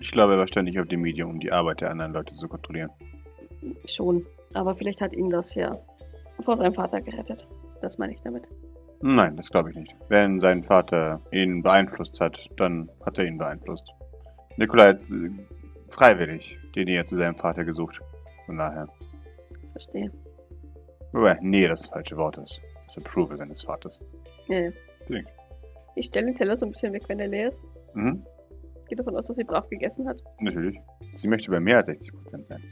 Speaker 2: Ich glaube, er war ständig auf dem Medium, um die Arbeit der anderen Leute zu kontrollieren.
Speaker 4: Schon. Aber vielleicht hat ihn das ja vor seinem Vater gerettet. Das meine ich damit.
Speaker 2: Nein, das glaube ich nicht. Wenn sein Vater ihn beeinflusst hat, dann hat er ihn beeinflusst. Nikolai hat äh, freiwillig die Nähe zu seinem Vater gesucht. Von daher.
Speaker 4: Verstehe.
Speaker 2: Wobei, Nähe das falsche Wort ist. Das Approval seines Vaters.
Speaker 4: Ja, ja.
Speaker 2: Ding.
Speaker 4: Ich stelle den Teller so ein bisschen weg, wenn er leer ist.
Speaker 2: Mhm,
Speaker 4: Gehe davon aus, dass sie brav gegessen hat.
Speaker 2: natürlich. Sie möchte bei mehr als 60% sein.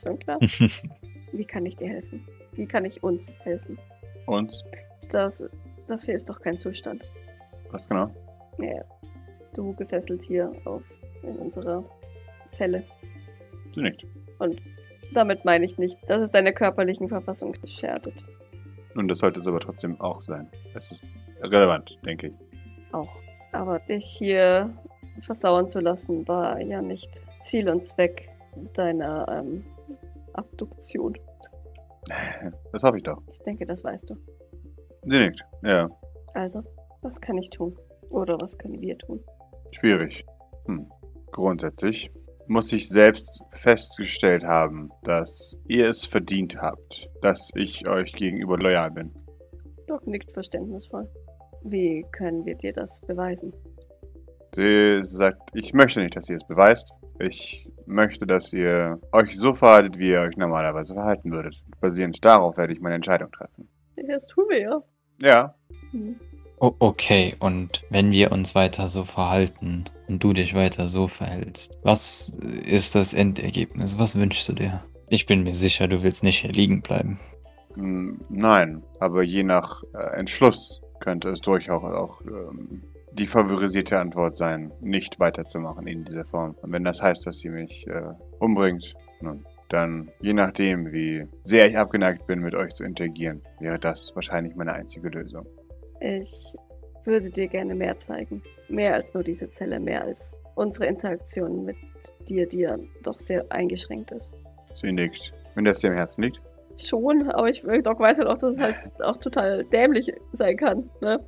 Speaker 4: Schon klar. Wie kann ich dir helfen? Wie kann ich uns helfen?
Speaker 2: Und?
Speaker 4: Das, das hier ist doch kein Zustand.
Speaker 2: Was genau?
Speaker 4: Ja, ja. Du gefesselt hier auf in unserer Zelle.
Speaker 2: Sie nickt.
Speaker 4: Damit meine ich nicht, dass es deiner körperlichen Verfassung schadet.
Speaker 2: Nun, das sollte es aber trotzdem auch sein. Es ist relevant, denke ich.
Speaker 4: Auch. Aber dich hier versauern zu lassen, war ja nicht Ziel und Zweck deiner ähm, Abduktion.
Speaker 2: Das hoffe ich doch.
Speaker 4: Ich denke, das weißt du.
Speaker 2: Sie nickt. Ja,
Speaker 4: Also, was kann ich tun? Oder was können wir tun?
Speaker 2: Schwierig. Hm. Grundsätzlich muss ich selbst festgestellt haben, dass ihr es verdient habt, dass ich euch gegenüber loyal bin.
Speaker 4: Doc nickt verständnisvoll. Wie können wir dir das beweisen?
Speaker 2: Sie sagt, ich möchte nicht, dass ihr es beweist. Ich möchte, dass ihr euch so verhaltet, wie ihr euch normalerweise verhalten würdet. Basierend darauf werde ich meine Entscheidung treffen.
Speaker 4: Ja, das tun wir ja.
Speaker 2: Ja,
Speaker 4: Hm.
Speaker 3: O- okay, und wenn wir uns weiter so verhalten und du dich weiter so verhältst, was ist das Endergebnis? Was wünschst du dir? Ich bin mir sicher, du willst nicht hier liegen bleiben.
Speaker 2: Hm, Nein, aber je nach äh, Entschluss könnte es durchaus auch ähm, die favorisierte Antwort sein, nicht weiterzumachen in dieser Form. Und wenn das heißt, dass sie mich äh, umbringt, nun, dann je nachdem, wie sehr ich abgeneigt bin, mit euch zu interagieren, wäre das wahrscheinlich meine einzige Lösung.
Speaker 4: Ich würde dir gerne mehr zeigen. Mehr als nur diese Zelle, mehr als unsere Interaktion mit dir, die ja doch sehr eingeschränkt ist.
Speaker 2: Sie nickt. Wenn das dir im Herzen liegt.
Speaker 4: Schon, aber ich Doc weiß halt auch, dass es halt auch total dämlich sein kann. Ne?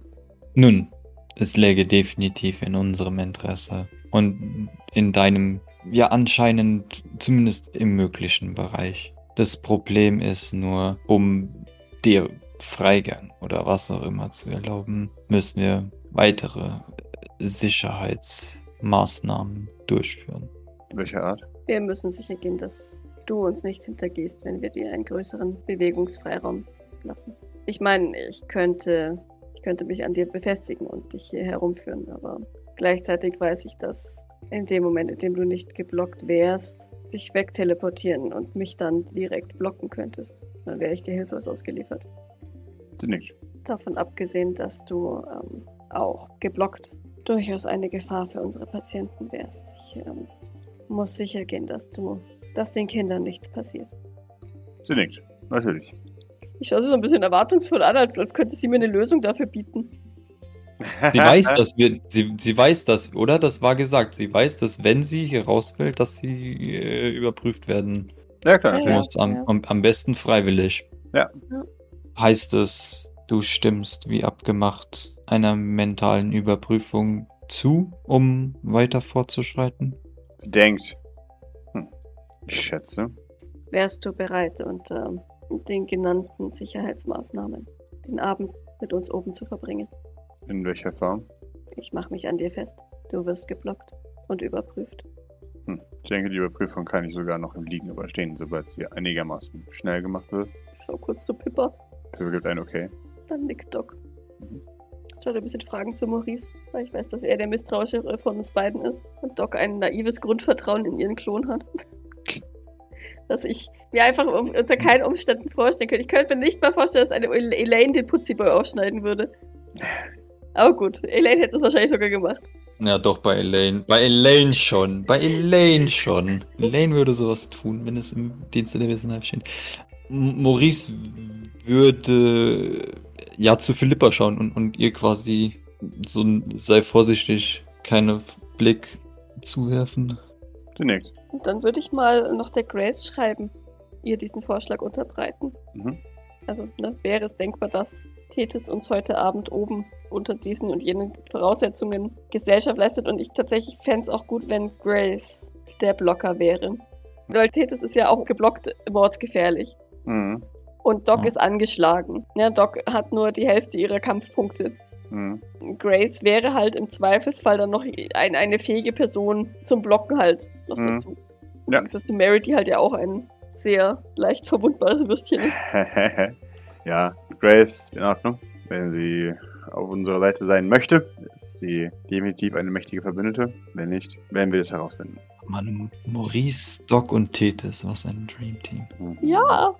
Speaker 3: Nun, es läge definitiv in unserem Interesse und in deinem, ja anscheinend zumindest im möglichen Bereich. Das Problem ist nur, um dir Freigang oder was auch immer zu erlauben, müssen wir weitere Sicherheitsmaßnahmen durchführen.
Speaker 2: Welche Art?
Speaker 4: Wir müssen sicher gehen, dass du uns nicht hintergehst, wenn wir dir einen größeren Bewegungsfreiraum lassen. Ich meine, ich könnte, ich könnte mich an dir befestigen und dich hier herumführen, aber gleichzeitig weiß ich, dass in dem Moment, in dem du nicht geblockt wärst, dich wegteleportieren und mich dann direkt blocken könntest. Dann wäre ich dir hilflos ausgeliefert.
Speaker 2: Sie nickt.
Speaker 4: Davon abgesehen, dass du ähm, auch geblockt durchaus eine Gefahr für unsere Patienten wärst. Ich ähm, muss sicher gehen, dass du, dass den Kindern nichts passiert.
Speaker 2: Sie nickt. Natürlich.
Speaker 4: Ich schaue sie so ein bisschen erwartungsvoll an, als, als könnte sie mir eine Lösung dafür bieten.
Speaker 3: Sie weiß, dass wir, sie, sie weiß das, oder? Das war gesagt. Sie weiß, dass wenn sie hier raus will, dass sie äh, überprüft werden
Speaker 2: Ja, klar.
Speaker 4: Ja.
Speaker 2: natürlich.
Speaker 3: muss. Am, am, am besten freiwillig.
Speaker 2: Ja.
Speaker 4: Ja.
Speaker 3: Heißt es, du stimmst wie abgemacht einer mentalen Überprüfung zu, um weiter fortzuschreiten?
Speaker 2: Sie denkt. Hm. Ich schätze.
Speaker 4: Wärst du bereit, unter den genannten Sicherheitsmaßnahmen den Abend mit uns oben zu verbringen?
Speaker 2: In welcher Form?
Speaker 4: Ich mache mich an dir fest. Du wirst geblockt und überprüft.
Speaker 2: Hm. Ich denke, die Überprüfung kann ich sogar noch im Liegen überstehen, sobald sie einigermaßen schnell gemacht wird.
Speaker 4: Schau kurz zu Pippa,
Speaker 2: Pippa gibt ein Okay.
Speaker 4: dann nickt Doc.
Speaker 2: Mhm.
Speaker 4: Schaut ein bisschen Fragen zu Maurice, weil ich weiß, dass er der misstrauischere von uns beiden ist und Doc ein naives Grundvertrauen in ihren Klon hat. Dass ich mir einfach um- unter keinen Umständen vorstellen könnte. Ich könnte mir nicht mal vorstellen, dass eine El- Elaine den Putziboy aufschneiden würde. Aber gut, Elaine hätte es wahrscheinlich sogar gemacht.
Speaker 3: Ja, doch, bei Elaine. Bei Elaine schon. Bei Elaine schon. Elaine würde sowas tun, wenn es im Dienste der Wissenheit steht. M- Maurice würde ja zu Philippa schauen und, und ihr quasi so ein sei vorsichtig, keine Blick zuwerfen.
Speaker 2: Sie nickt.
Speaker 4: Und dann würde ich mal noch der Grace schreiben, ihr diesen Vorschlag unterbreiten.
Speaker 2: Mhm.
Speaker 4: Also ne, wäre es denkbar, dass Tethys uns heute Abend oben unter diesen und jenen Voraussetzungen Gesellschaft leistet. Und ich tatsächlich fände es auch gut, wenn Grace der Blocker wäre. Weil Tethys ist ja auch geblockt mordsgefährlich.
Speaker 2: Mhm.
Speaker 4: Und Doc
Speaker 3: Ja.
Speaker 4: ist angeschlagen. Ja, Doc hat nur die Hälfte ihrer Kampfpunkte.
Speaker 2: Mhm.
Speaker 4: Grace wäre halt im Zweifelsfall dann noch ein, eine fähige Person zum Blocken halt noch
Speaker 2: Mhm.
Speaker 4: dazu.
Speaker 2: Ja.
Speaker 4: Ja. Das ist Merit, die halt ja auch ein sehr leicht verwundbares Würstchen ist.
Speaker 2: ja, Grace, in Ordnung. Wenn sie auf unserer Seite sein möchte, ist sie definitiv eine mächtige Verbündete. Wenn nicht, werden wir das herausfinden.
Speaker 3: Mann, Maurice, Doc und Tethys, was ein Dreamteam.
Speaker 2: Mhm.
Speaker 4: Ja,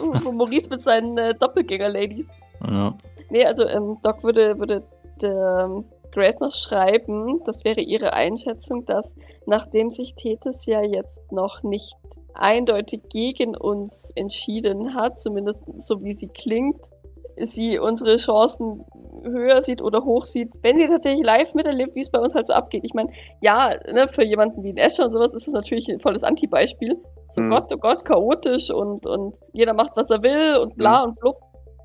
Speaker 4: Uh, Maurice mit seinen äh, Doppelgänger-Ladies.
Speaker 3: Ja.
Speaker 4: Nee, also ähm, Doc würde, würde der Grace noch schreiben, das wäre ihre Einschätzung, dass nachdem sich Tethys ja jetzt noch nicht eindeutig gegen uns entschieden hat, zumindest so wie sie klingt, sie unsere Chancen höher sieht oder hoch sieht, wenn sie tatsächlich live miterlebt, wie es bei uns halt so abgeht. Ich meine, ja, ne, für jemanden wie ein Escher und sowas ist es natürlich ein volles Anti-Beispiel. So
Speaker 2: Mhm.
Speaker 4: Gott, oh Gott, chaotisch und, und jeder macht, was er will und bla
Speaker 2: Mhm.
Speaker 4: und blub.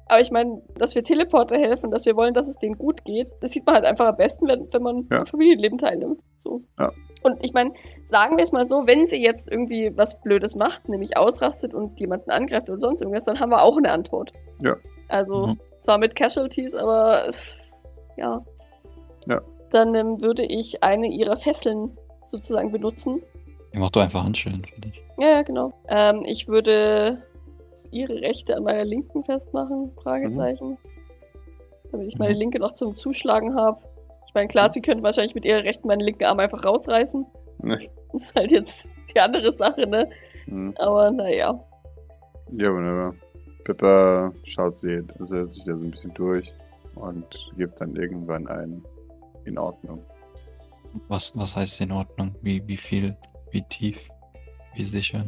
Speaker 4: Aber ich meine, dass wir Teleporter helfen, dass wir wollen, dass es denen gut geht, das sieht man halt einfach am besten, wenn, wenn man
Speaker 2: Ja.
Speaker 4: am Familienleben teilnimmt. So.
Speaker 2: Ja.
Speaker 4: Und ich meine, sagen wir es mal so, wenn sie jetzt irgendwie was Blödes macht, nämlich ausrastet und jemanden angreift oder sonst irgendwas, dann haben wir auch eine Antwort.
Speaker 2: Ja.
Speaker 4: Also
Speaker 3: Mhm.
Speaker 4: zwar mit Casualties, aber pff, ja.
Speaker 2: Ja.
Speaker 4: Dann ähm, würde ich eine ihrer Fesseln sozusagen benutzen.
Speaker 3: Ihr macht doch einfach Handschellen, finde ich.
Speaker 4: Ja, ja, genau. Ähm, ich würde ihre Rechte an meiner Linken festmachen,
Speaker 2: Mhm.
Speaker 4: Fragezeichen. Damit ich meine
Speaker 3: Mhm.
Speaker 4: Linke noch zum Zuschlagen habe. Ich meine,
Speaker 2: Mhm.
Speaker 4: klar, sie könnte wahrscheinlich mit ihrer Rechten meinen linken Arm einfach rausreißen. Das ist halt jetzt die andere Sache, ne?
Speaker 2: Mhm.
Speaker 4: Aber naja.
Speaker 2: Ja, wunderbar. Pippa schaut sie, setzt sich da so ein bisschen durch und gibt dann irgendwann ein in Ordnung.
Speaker 3: Was, was heißt in Ordnung? Wie, wie viel? Wie tief? Wie sicher?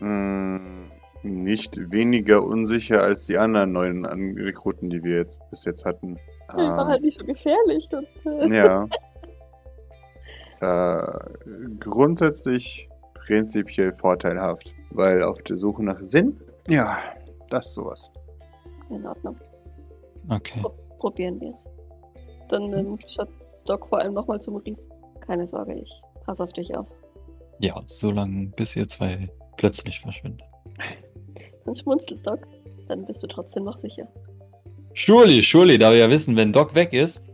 Speaker 2: Mhm. Nicht weniger unsicher als die anderen neuen An- Rekruten, die wir jetzt bis jetzt hatten.
Speaker 4: Die war
Speaker 2: Ähm,
Speaker 4: halt nicht so gefährlich. Und, äh,
Speaker 2: Ja. äh, grundsätzlich prinzipiell vorteilhaft, weil auf der Suche nach Sinn, ja, das ist sowas.
Speaker 4: In Ordnung.
Speaker 3: Okay.
Speaker 4: Probieren wir es. Dann ähm, schaut Doc vor allem nochmal zum Ries. Keine Sorge, ich pass auf dich auf.
Speaker 3: Ja, so lange, bis ihr zwei plötzlich verschwindet.
Speaker 4: Dann schmunzelt Doc. Dann bist du trotzdem noch sicher.
Speaker 3: Surely, surely, da wir ja wissen, wenn Doc weg ist.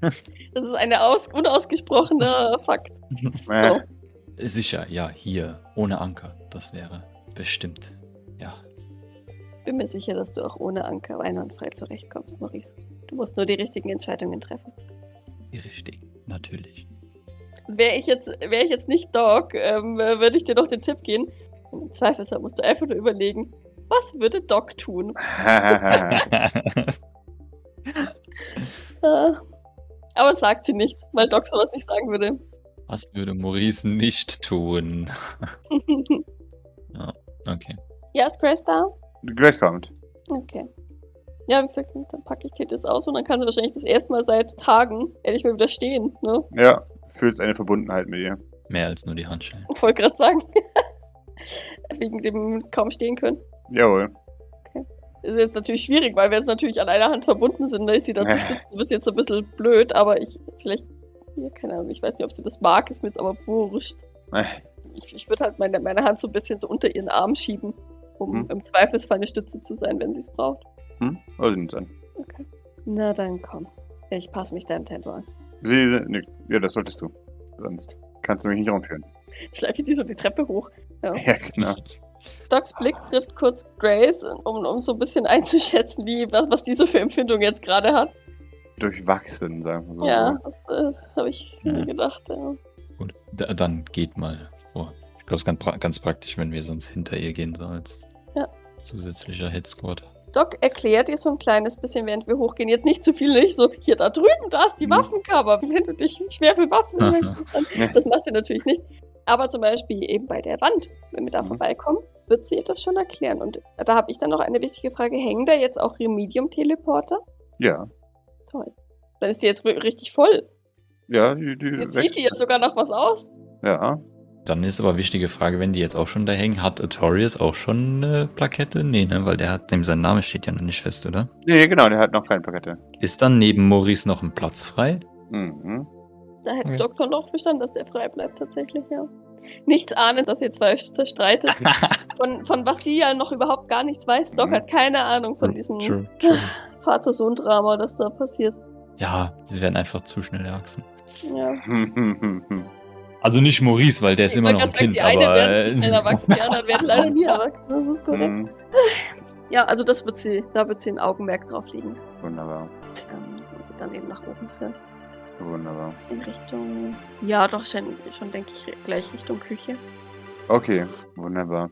Speaker 4: Das ist ein aus unausgesprochener Fakt. So.
Speaker 3: Sicher, ja, hier, ohne Anker. Das wäre bestimmt. Ja.
Speaker 4: Bin mir sicher, dass du auch ohne Anker einwandfrei zurechtkommst, Maurice. Du musst nur die richtigen Entscheidungen treffen.
Speaker 3: Richtig, natürlich.
Speaker 4: Wäre ich, jetzt- wär ich jetzt nicht Dog, ähm, äh, würde ich dir noch den Tipp geben. Im Zweifelsfall musst du einfach nur überlegen, was würde Dog tun? Äh, aber sagt sie nicht, weil Dog sowas nicht sagen würde.
Speaker 3: Was würde Maurice nicht tun? Okay.
Speaker 4: ja, ist Grace da?
Speaker 2: Grace kommt.
Speaker 4: Okay. Ja, wie gesagt, dann packe ich dir das aus und dann kann sie wahrscheinlich das erste Mal seit Tagen endlich mal wieder stehen, ne?
Speaker 2: Ja, fühlst eine Verbundenheit mit ihr.
Speaker 3: Mehr als nur die Handschellen.
Speaker 4: Ich wollte gerade sagen. Wegen dem kaum stehen können.
Speaker 2: Jawohl.
Speaker 4: Ist jetzt natürlich schwierig, weil wir jetzt natürlich an einer Hand verbunden sind. Da ist sie da zu stützen, wird jetzt ein bisschen blöd, aber ich, vielleicht, ja, keine Ahnung, ich weiß nicht, ob sie das mag, ist mir jetzt aber wurscht.
Speaker 2: Äh,
Speaker 4: Ich, ich würde halt meine, meine Hand so ein bisschen so unter ihren Arm schieben, um
Speaker 2: Hm.
Speaker 4: im Zweifelsfall eine Stütze zu sein, wenn sie es braucht.
Speaker 2: Hm? Also sie nimmt's an.
Speaker 4: Okay. Na dann komm. Ich passe mich deinem Tempo an.
Speaker 2: Sie, nickt. ja, das solltest du. Sonst kannst du mich nicht rumführen.
Speaker 4: Schleife ich die so die Treppe hoch.
Speaker 2: Ja, genau.
Speaker 4: Docs Blick trifft kurz Grace, um, um so ein bisschen einzuschätzen, wie, was, was die so für Empfindung jetzt gerade hat.
Speaker 2: Durchwachsen, sagen wir so.
Speaker 4: Ja, das äh, habe ich
Speaker 3: Ja.
Speaker 4: mir gedacht. Ja.
Speaker 3: Gut, da, dann geht mal vor. Ich glaube, es ist ganz, pra ganz praktisch, wenn wir sonst hinter ihr gehen, so als
Speaker 4: Ja.
Speaker 3: zusätzlicher Headsquad.
Speaker 4: Doc erklärt ihr so ein kleines bisschen, während wir hochgehen. Jetzt nicht zu viel, nicht so, hier da drüben, da ist die
Speaker 3: Mhm.
Speaker 4: Waffenkammer. Wenn du dich schwer für Waffen
Speaker 3: Aha.
Speaker 4: interessierst, Das macht sie natürlich nicht. Aber zum Beispiel eben bei der Wand, wenn wir da
Speaker 2: Mhm.
Speaker 4: vorbeikommen, wird sie ihr das schon erklären. Und da habe ich dann noch eine wichtige Frage. Hängen da jetzt auch Remedium-Teleporter?
Speaker 2: Ja,
Speaker 4: Toll. Dann ist sie jetzt ri- richtig voll.
Speaker 2: ja, die, die
Speaker 4: Jetzt
Speaker 2: wächst.
Speaker 4: sieht die ja sogar noch was aus.
Speaker 2: Ja,
Speaker 3: Dann ist aber wichtige Frage, wenn die jetzt auch schon da hängen, hat Atorius auch schon eine Plakette? Nee, ne? Weil der hat, dem sein Name steht ja noch nicht fest, oder?
Speaker 2: nee, genau, der hat noch keine Plakette.
Speaker 3: Ist dann neben Maurice noch ein Platz frei?
Speaker 2: Mhm.
Speaker 4: Da hätte
Speaker 3: Ja.
Speaker 4: Doktor noch bestanden, dass der frei bleibt, tatsächlich, ja. Nichts ahnend, dass ihr zwei zerstreitet. von, von was sie ja noch überhaupt gar nichts weiß. Doc
Speaker 2: Mhm.
Speaker 4: hat keine Ahnung von diesem
Speaker 3: True, true.
Speaker 4: Vater-Sohn-Drama, das da passiert.
Speaker 3: Ja, sie werden einfach zu schnell erwachsen.
Speaker 4: Ja.
Speaker 3: Also nicht Maurice, weil der ist
Speaker 4: Ich
Speaker 3: immer
Speaker 4: wollte
Speaker 3: noch
Speaker 4: gerade sagen,
Speaker 3: ein Kind,
Speaker 4: die einen werden
Speaker 3: aber. äh,
Speaker 4: nicht schnell erwachsen, die anderen werden leider nie erwachsen. Das ist korrekt.
Speaker 2: Mhm.
Speaker 4: Ja, also das wird sie, da wird sie ein Augenmerk drauf liegen.
Speaker 2: Wunderbar,
Speaker 4: Ähm, und sie dann eben nach oben führen.
Speaker 2: wunderbar.
Speaker 4: In Richtung. Ja, doch, schon, schon denke ich gleich Richtung Küche.
Speaker 2: Okay, wunderbar.